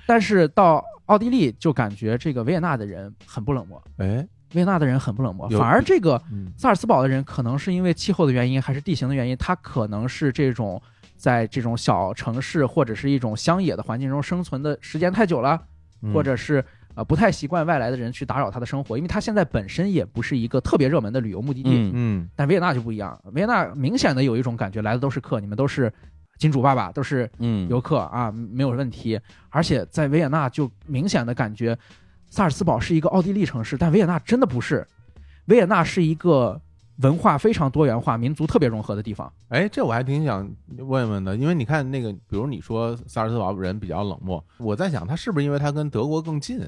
S4: 但是到奥地利就感觉这个维也纳的人很不冷漠，
S1: 哎，
S4: 维也纳的人很不冷漠，
S1: 有
S4: 反而这个
S1: 嗯
S4: 萨尔茨堡的人可能是因为气候的原因，还是地形的原因，他可能是这种在这种小城市或者是一种乡野的环境中生存的时间太久了，
S1: 嗯
S4: 或者是呃不太习惯外来的人去打扰他的生活，因为他现在本身也不是一个特别热门的旅游目的地。
S3: 嗯，
S1: 嗯
S4: 但维也纳就不一样，维也纳明显的有一种感觉，来的都是客，你们都是金主爸爸，都是
S3: 嗯，
S4: 游客啊，没有问题。而且在维也纳就明显的感觉，萨尔茨堡是一个奥地利城市，但维也纳真的不是。维也纳是一个文化非常多元化、民族特别融合的地方。
S1: 哎，这我还挺想问问的，因为你看那个，比如你说萨尔茨堡人比较冷漠，我在想他是不是因为他跟德国更近，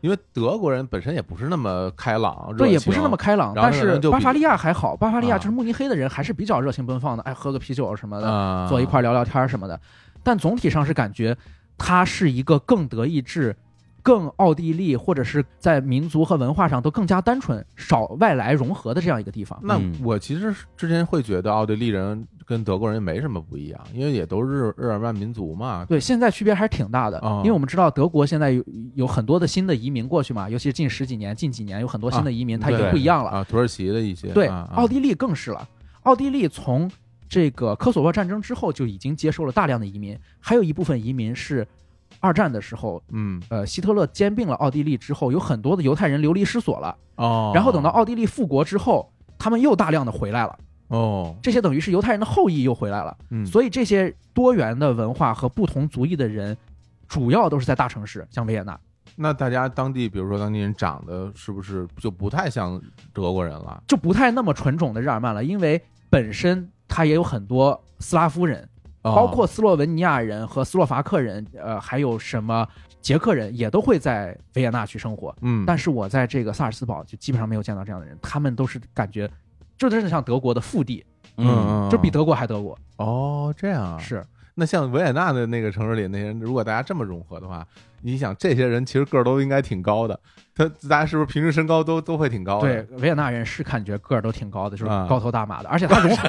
S1: 因为德国人本身也不是那么开朗，热
S4: 对，也不
S1: 情啊
S4: 是那么开朗，
S1: 然后
S4: 但
S1: 可能
S4: 是
S1: 就
S4: 巴
S1: 比
S4: 伐利亚还好，巴伐利亚
S1: 啊
S4: 就是慕尼黑的人还是比较热情奔放的，哎，喝个啤酒什么的，
S1: 啊，
S4: 坐一块儿聊聊天儿什么的。但总体上是感觉它是一个更德意志、更奥地利，或者是在民族和文化上都更加单纯、少外来融合的这样一个地方。
S1: 那
S3: 嗯
S1: 我其实是之前会觉得奥地利人跟德国人没什么不一样，因为也都是日耳曼民族嘛。
S4: 对，现在区别还是挺大的，
S1: 哦
S4: 因为我们知道德国现在有有很多的新的移民过去嘛，尤其是近十几年、近几年有很多新的移民，它嗯已经
S1: 啊对
S4: 不一样了。
S1: 啊，土耳其的一些
S4: 对，
S1: 啊啊
S4: 奥地利更是了，奥地利从这个科索沃战争之后就已经接受了大量的移民，还有一部分移民是二战的时候，
S1: 嗯
S4: 呃，希特勒兼并了奥地利之后，有很多的犹太人流离失所了，
S1: 哦，
S4: 然后等到奥地利复国之后，他们又大量的回来了，
S1: 哦
S4: 这些等于是犹太人的后裔又回来了。
S1: 嗯
S4: 所以这些多元的文化和不同族裔的人，主要都是在大城市，像维也纳，
S1: 那大家当地，比如说当地人长得是不是就不太像德国人了？
S4: 就不太那么纯种的日耳曼了，因为本身它也有很多斯拉夫人，
S1: 哦
S4: 包括斯洛文尼亚人和斯洛伐克人，呃，还有什么捷克人，也都会在维也纳去生活。
S1: 嗯，
S4: 但是我在这个萨尔茨堡就基本上没有见到这样的人，他们都是感觉。就真的像德国的腹地，
S3: 嗯，
S4: 就比德国还德国，
S1: 哦这样啊。
S4: 是
S1: 那像维也纳的那个城市里那些人，如果大家这么融合的话，你想这些人其实个儿都应该挺高的，他大家是不是平均身高都都会挺高
S4: 对
S1: 的？
S4: 维也纳人是感觉个儿都挺高的，就是
S1: 啊
S4: 高头大马的，而且他融合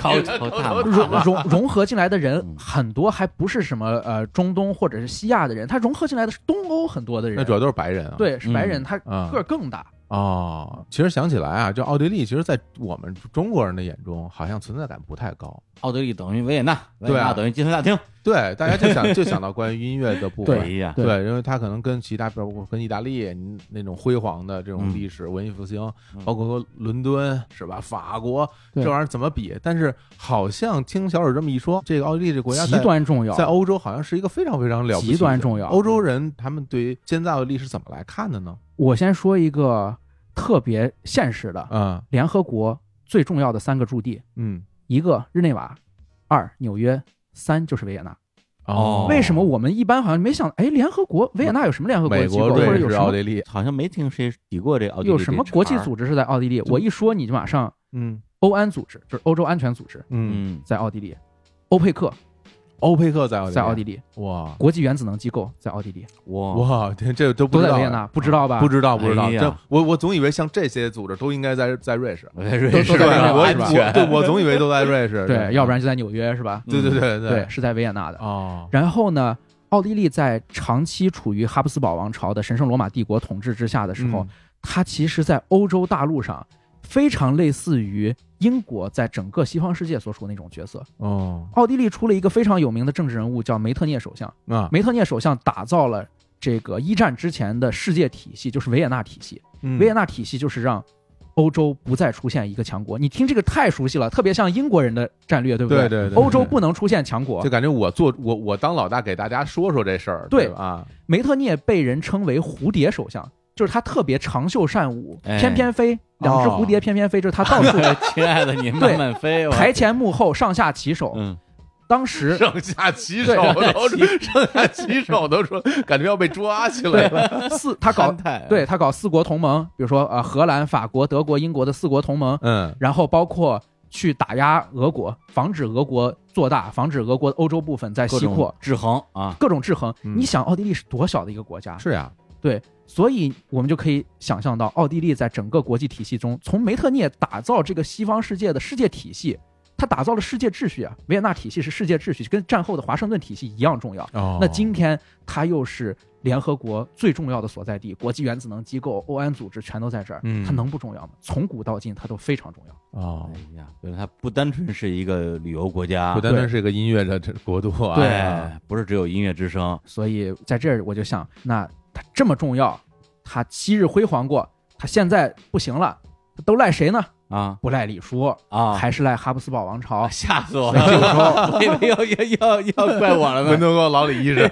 S3: 高嗯 头大马，
S4: 融融融合进来的人
S3: 嗯
S4: 很多，还不是什么呃中东或者是西亚的人，他融合进来的是东欧很多的人，
S1: 那主要都是白人啊。
S4: 对是白人，
S3: 嗯
S4: 他
S1: 啊
S4: 个儿更大。
S1: 哦，其实想起来啊，这奥地利其实，在我们中国人的眼中，好像存在感不太高。
S3: 奥地利等于维也纳，维
S1: 对
S3: 也
S1: 啊
S3: 纳等于金色大厅，
S1: 对，大家就 想就想到关于音乐的部分，
S3: 哎呀，
S4: 对
S1: 对，因为它可能跟其他，比如跟意大利嗯那种辉煌的这
S4: 嗯
S1: 种历史、文艺复兴，包括说伦敦是吧，法国
S4: 对
S1: 这玩意儿怎么比？但是好像听小史这么一说，这个奥地利这国家
S4: 极
S1: 在
S4: 端重要，
S1: 在欧洲好像是一个非常非常了不起的
S4: 极端重要
S1: 欧洲人他们对于现在的历史怎么来看的呢？
S4: 我先说一个特别现实的，
S1: 嗯
S4: 联合国最重要的三个驻地，
S1: 嗯
S4: 一个日内瓦，二纽约，三就是维也纳。
S3: 哦
S4: 为什么我们一般好像没想？哎，联合国维也纳有什么联合呃国
S1: 美
S4: 的机构，
S1: 国、
S4: 或者
S1: 瑞
S4: 有
S1: 士、
S4: 什
S1: 奥
S4: 么
S1: 地利，
S3: 好像没听谁提过这奥地利
S4: 有什么
S3: 这
S4: 国际
S3: 茬儿
S4: 组织是在奥地利？我一说你就马上
S1: 嗯
S4: 欧安组织，就是欧洲安全组织
S1: 嗯，
S3: 嗯
S4: 在奥地利，欧佩克
S1: 欧佩克在奥地利，
S4: 在奥地利，
S1: 哇
S4: 国际原子能机构在奥地利，
S3: 哇
S1: 哇，这这都不
S4: 都
S1: 知
S4: 在
S1: 道
S4: 维也
S1: 哎
S4: 纳，不知道吧？
S1: 不知道，不知道。
S3: 哎呀
S1: 这我我总以为像这些组织都应该在在瑞士，
S3: 我在瑞
S4: 都
S3: 士
S4: 都在
S3: 吧
S4: 瑞士
S1: 我
S3: 安
S1: 我
S3: 全
S1: 对我总以为都在瑞士，
S4: 对，要不然就在纽约是吧？
S1: 对对啊嗯对
S4: 对，是在维也纳的。
S1: 哦，
S4: 然后呢，奥地利在长期处于哈布斯堡王朝的神圣罗马帝国统治之下的时
S1: 嗯
S4: 候，它其实在欧洲大陆上非常类似于英国在整个西方世界所处的那种角色。
S1: 嗯哦
S4: 奥地利出了一个非常有名的政治人物，叫梅特涅首相。
S1: 啊
S4: 梅特涅首相打造了这个一战之前的世界体系，就是维也纳体系。
S1: 嗯
S4: 维也纳体系就是让。欧洲不再出现一个强国，你听这个太熟悉了，特别像英国人的战略，对不
S1: 对对对
S4: 欧洲
S1: 对
S4: 不能出现强国
S1: 就，感觉我做我我当老大给大家说说这事儿，
S4: 对
S1: 对吧啊，
S4: 梅特涅被人称为蝴蝶首相，就是他特别长袖善舞，
S3: 哎
S4: 翩翩飞，两只蝴蝶翩翩飞，就是他到 处
S3: 亲爱的，你慢慢飞，我
S4: 台前幕后上下其手。
S3: 嗯，
S4: 当时
S1: 上下其手都上下其手都说感觉要被抓起来
S4: 对
S1: 了，
S4: 四他搞
S3: 憨态
S4: 对他搞四国同盟，比如说呃荷兰、法国、德国、英国的四国同盟，
S1: 嗯
S4: 然后包括去打压俄国，防止俄国做大，防止俄国欧洲部分在
S3: 各
S4: 西扩
S3: 种，制衡啊，
S4: 各种制衡。
S1: 嗯
S4: 你想奥地利是多小的一个国家？
S1: 是呀，
S4: 对，所以我们就可以想象到，奥地利在整个国际体系中，从梅特涅打造这个西方世界的世界体系，他打造了世界秩序啊。维也纳体系是世界秩序，跟战后的华盛顿体系一样重要。
S1: 哦
S4: 那今天它又是联合国最重要的所在地，国际原子能机构、欧安组织全都在这儿，
S1: 嗯
S4: 它能不重要吗？从古到今，它都非常重要。
S1: 哦
S3: 哎。呀，原来它不单纯是一个旅游国家
S1: 不，单单是一个音乐的这国度啊，
S4: 对
S3: 哎，不是只有音乐之声，
S4: 所以在这儿我就想，那它这么重要，它昔日辉煌过，它现在不行了，它都赖谁呢？
S3: 啊
S4: 不赖李叔，
S3: 啊！。
S4: 还是赖哈布斯堡王朝
S3: 啊吓死我了！我以 为要要要 要怪我了
S1: 门
S3: 呢。
S1: 头沟老李医师，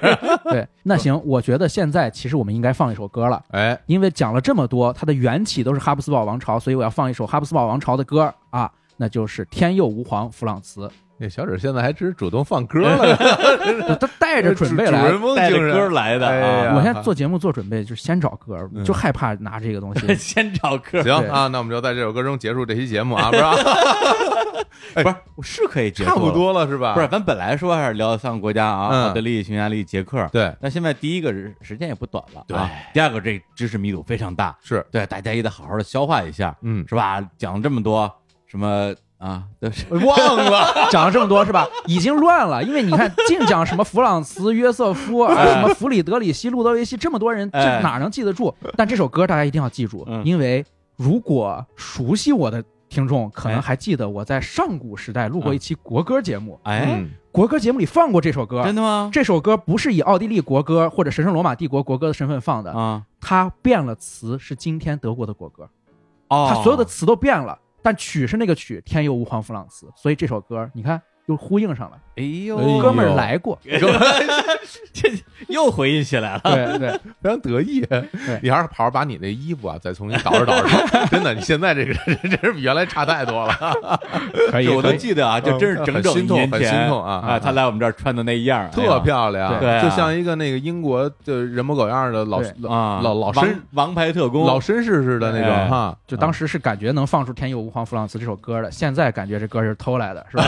S4: 对，那行，我觉得现在其实我们应该放一首歌了，
S1: 哎，
S4: 因为讲了这么多，它的缘起都是哈布斯堡王朝，所以我要放一首哈布斯堡王朝的歌啊，那就是《天佑吾皇弗朗茨
S1: 那小指现在还真主动放歌了，》，
S4: 他 带着准备
S1: 主
S4: 来
S1: 人。翁
S3: 带着
S1: 精神
S3: 歌来的
S1: 哎
S3: 啊，
S1: 呀
S4: 我现在做节目做准备，就是先找歌，
S1: 嗯
S4: 就害怕拿这个 东西。
S3: 先找歌，
S1: 行
S4: 对
S1: 啊，那我们就在这首歌中结束这期节目啊，不是啊
S3: 不是我是可以结束
S1: 差不
S3: 了，
S1: 多了是吧？
S3: 不是咱本来说还是聊三个国家啊，
S1: 嗯
S3: 奥地利、匈牙利、捷克，
S1: 对，
S3: 那现在第一个是时间也不短了，
S1: 对
S3: 啊。第二个这知识密度非常大，
S1: 是，
S3: 对大家也得好好的消化一下，
S1: 嗯，
S3: 是吧？讲了这么多，什么啊，都是
S1: 忘了，
S4: 讲了这么多是吧？已经乱了，因为你 看净讲什么弗朗茨、约瑟夫啊，什么弗里德里希、路德维希，这么多人，这
S3: 哎
S4: 哪能记得住？但这首歌大家一定要记住，
S3: 嗯
S4: 因为如果熟悉我的听众，可能
S3: 哎
S4: 还记得我在上古时代录过一期国歌节目，
S1: 嗯
S3: 哎，
S4: 国歌节目里放过这首歌
S3: 真。的吗？
S4: 这首歌不是以奥地利国歌或者神圣罗马帝国国歌的身份放的，
S3: 啊，
S4: 它变了词，是今天德国的国歌。
S3: 哦，
S4: 它所有的词都变了，但曲是那个曲《天佑吾皇弗朗茨》，所以这首歌你看又呼应上了，
S3: 哎呦，
S1: 哎呦
S4: 哥们儿来过，
S3: 又回忆起来了，
S4: 对对，
S1: 非常得意。你还是好好把你那衣服啊，再重新捯饬捯饬。真的，你现在这个 这是比原来差太多了，
S4: 可
S3: 这我都记得啊，这真是整整一
S1: 心痛，
S3: 年
S1: 嗯很
S3: 前
S1: 心痛啊！
S3: 啊，他来我们这儿穿的那样，哎
S1: 特
S3: 呀
S1: 漂亮，
S3: 对啊
S1: 就像一个那个英国就是人模狗样的老
S4: 对
S1: 老
S3: 啊，
S1: 老老
S3: 王
S1: 绅
S3: 王牌特工，
S1: 老绅士似的那种
S3: 哎
S1: 哈。
S4: 就当时是感觉能放出《天佑吾皇弗朗茨》这首歌的，现在感觉这歌是偷来的，是 吧？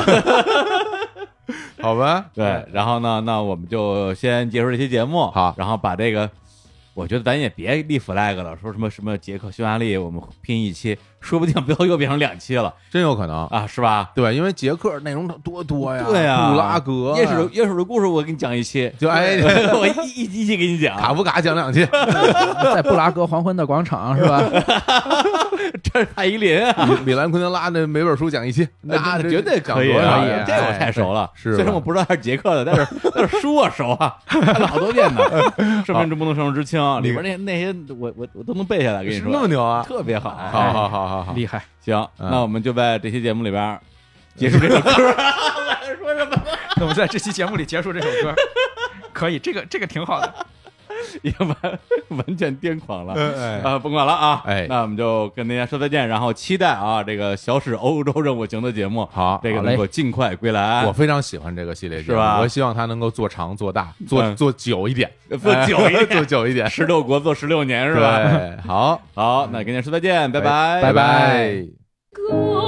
S1: 好吧，
S3: 对，然后呢，那我们就先结束这期节目，
S1: 好
S3: 然后把这个，我觉得咱也别立 flag 了，说什么什么捷克、匈牙利，我们拼一期，说不定 最后又变成两期了
S1: 真有可能。
S3: 啊，是吧？
S1: 对，因为捷克内容多多呀，
S3: 对啊呀
S1: 布拉格呀
S3: 夜鼠夜鼠的故事我给你讲一期，
S1: 就哎
S3: 我一一一期给你讲，
S1: 卡夫卡讲两句，
S4: 在布拉格黄昏的广场，是吧？
S3: 这是蔡依林啊，
S1: 米米兰昆德拉那每本书讲一期，
S3: 那
S1: 那这
S3: 绝对
S1: 讲
S3: 可以
S1: 多少哎
S3: 啊，
S4: 可以
S3: 这我太熟了。
S1: 是吧啊
S3: 虽然我不知道他是捷克的，但是但是书我熟啊，看了好 多遍呢。生命中不能生之轻里边那那些我我我都能背下来，跟你
S1: 是
S3: 说
S1: 那么牛啊！
S3: 特别好。哎
S1: 好好好好好，
S4: 厉害，
S3: 行，
S1: 嗯
S3: 那我们就在这期节目里边儿结束这首歌。
S4: 那我们在这期节目里结束这首 歌，可以，这个这个挺好的，
S3: 已经完完全癫狂了。
S1: 哎
S3: 啊，甭管了啊，
S1: 哎
S3: 那我们就跟大家说再见，然后期待啊这个小史欧洲任务行的节目，
S1: 好
S3: 这个
S4: 好嘞
S3: 能够尽快归来，
S1: 我非常喜欢这个系列节
S3: 是
S1: 目，
S3: 吧
S1: 我希望它能够做长、做大、做
S3: 嗯
S1: 做久一点，
S3: 做久一点
S1: 做久一点，
S3: 十六国做十六年是吧？
S1: 对？好，
S3: 好，那跟大家说再见，拜
S1: 拜
S3: 拜
S1: 拜。
S6: 歌。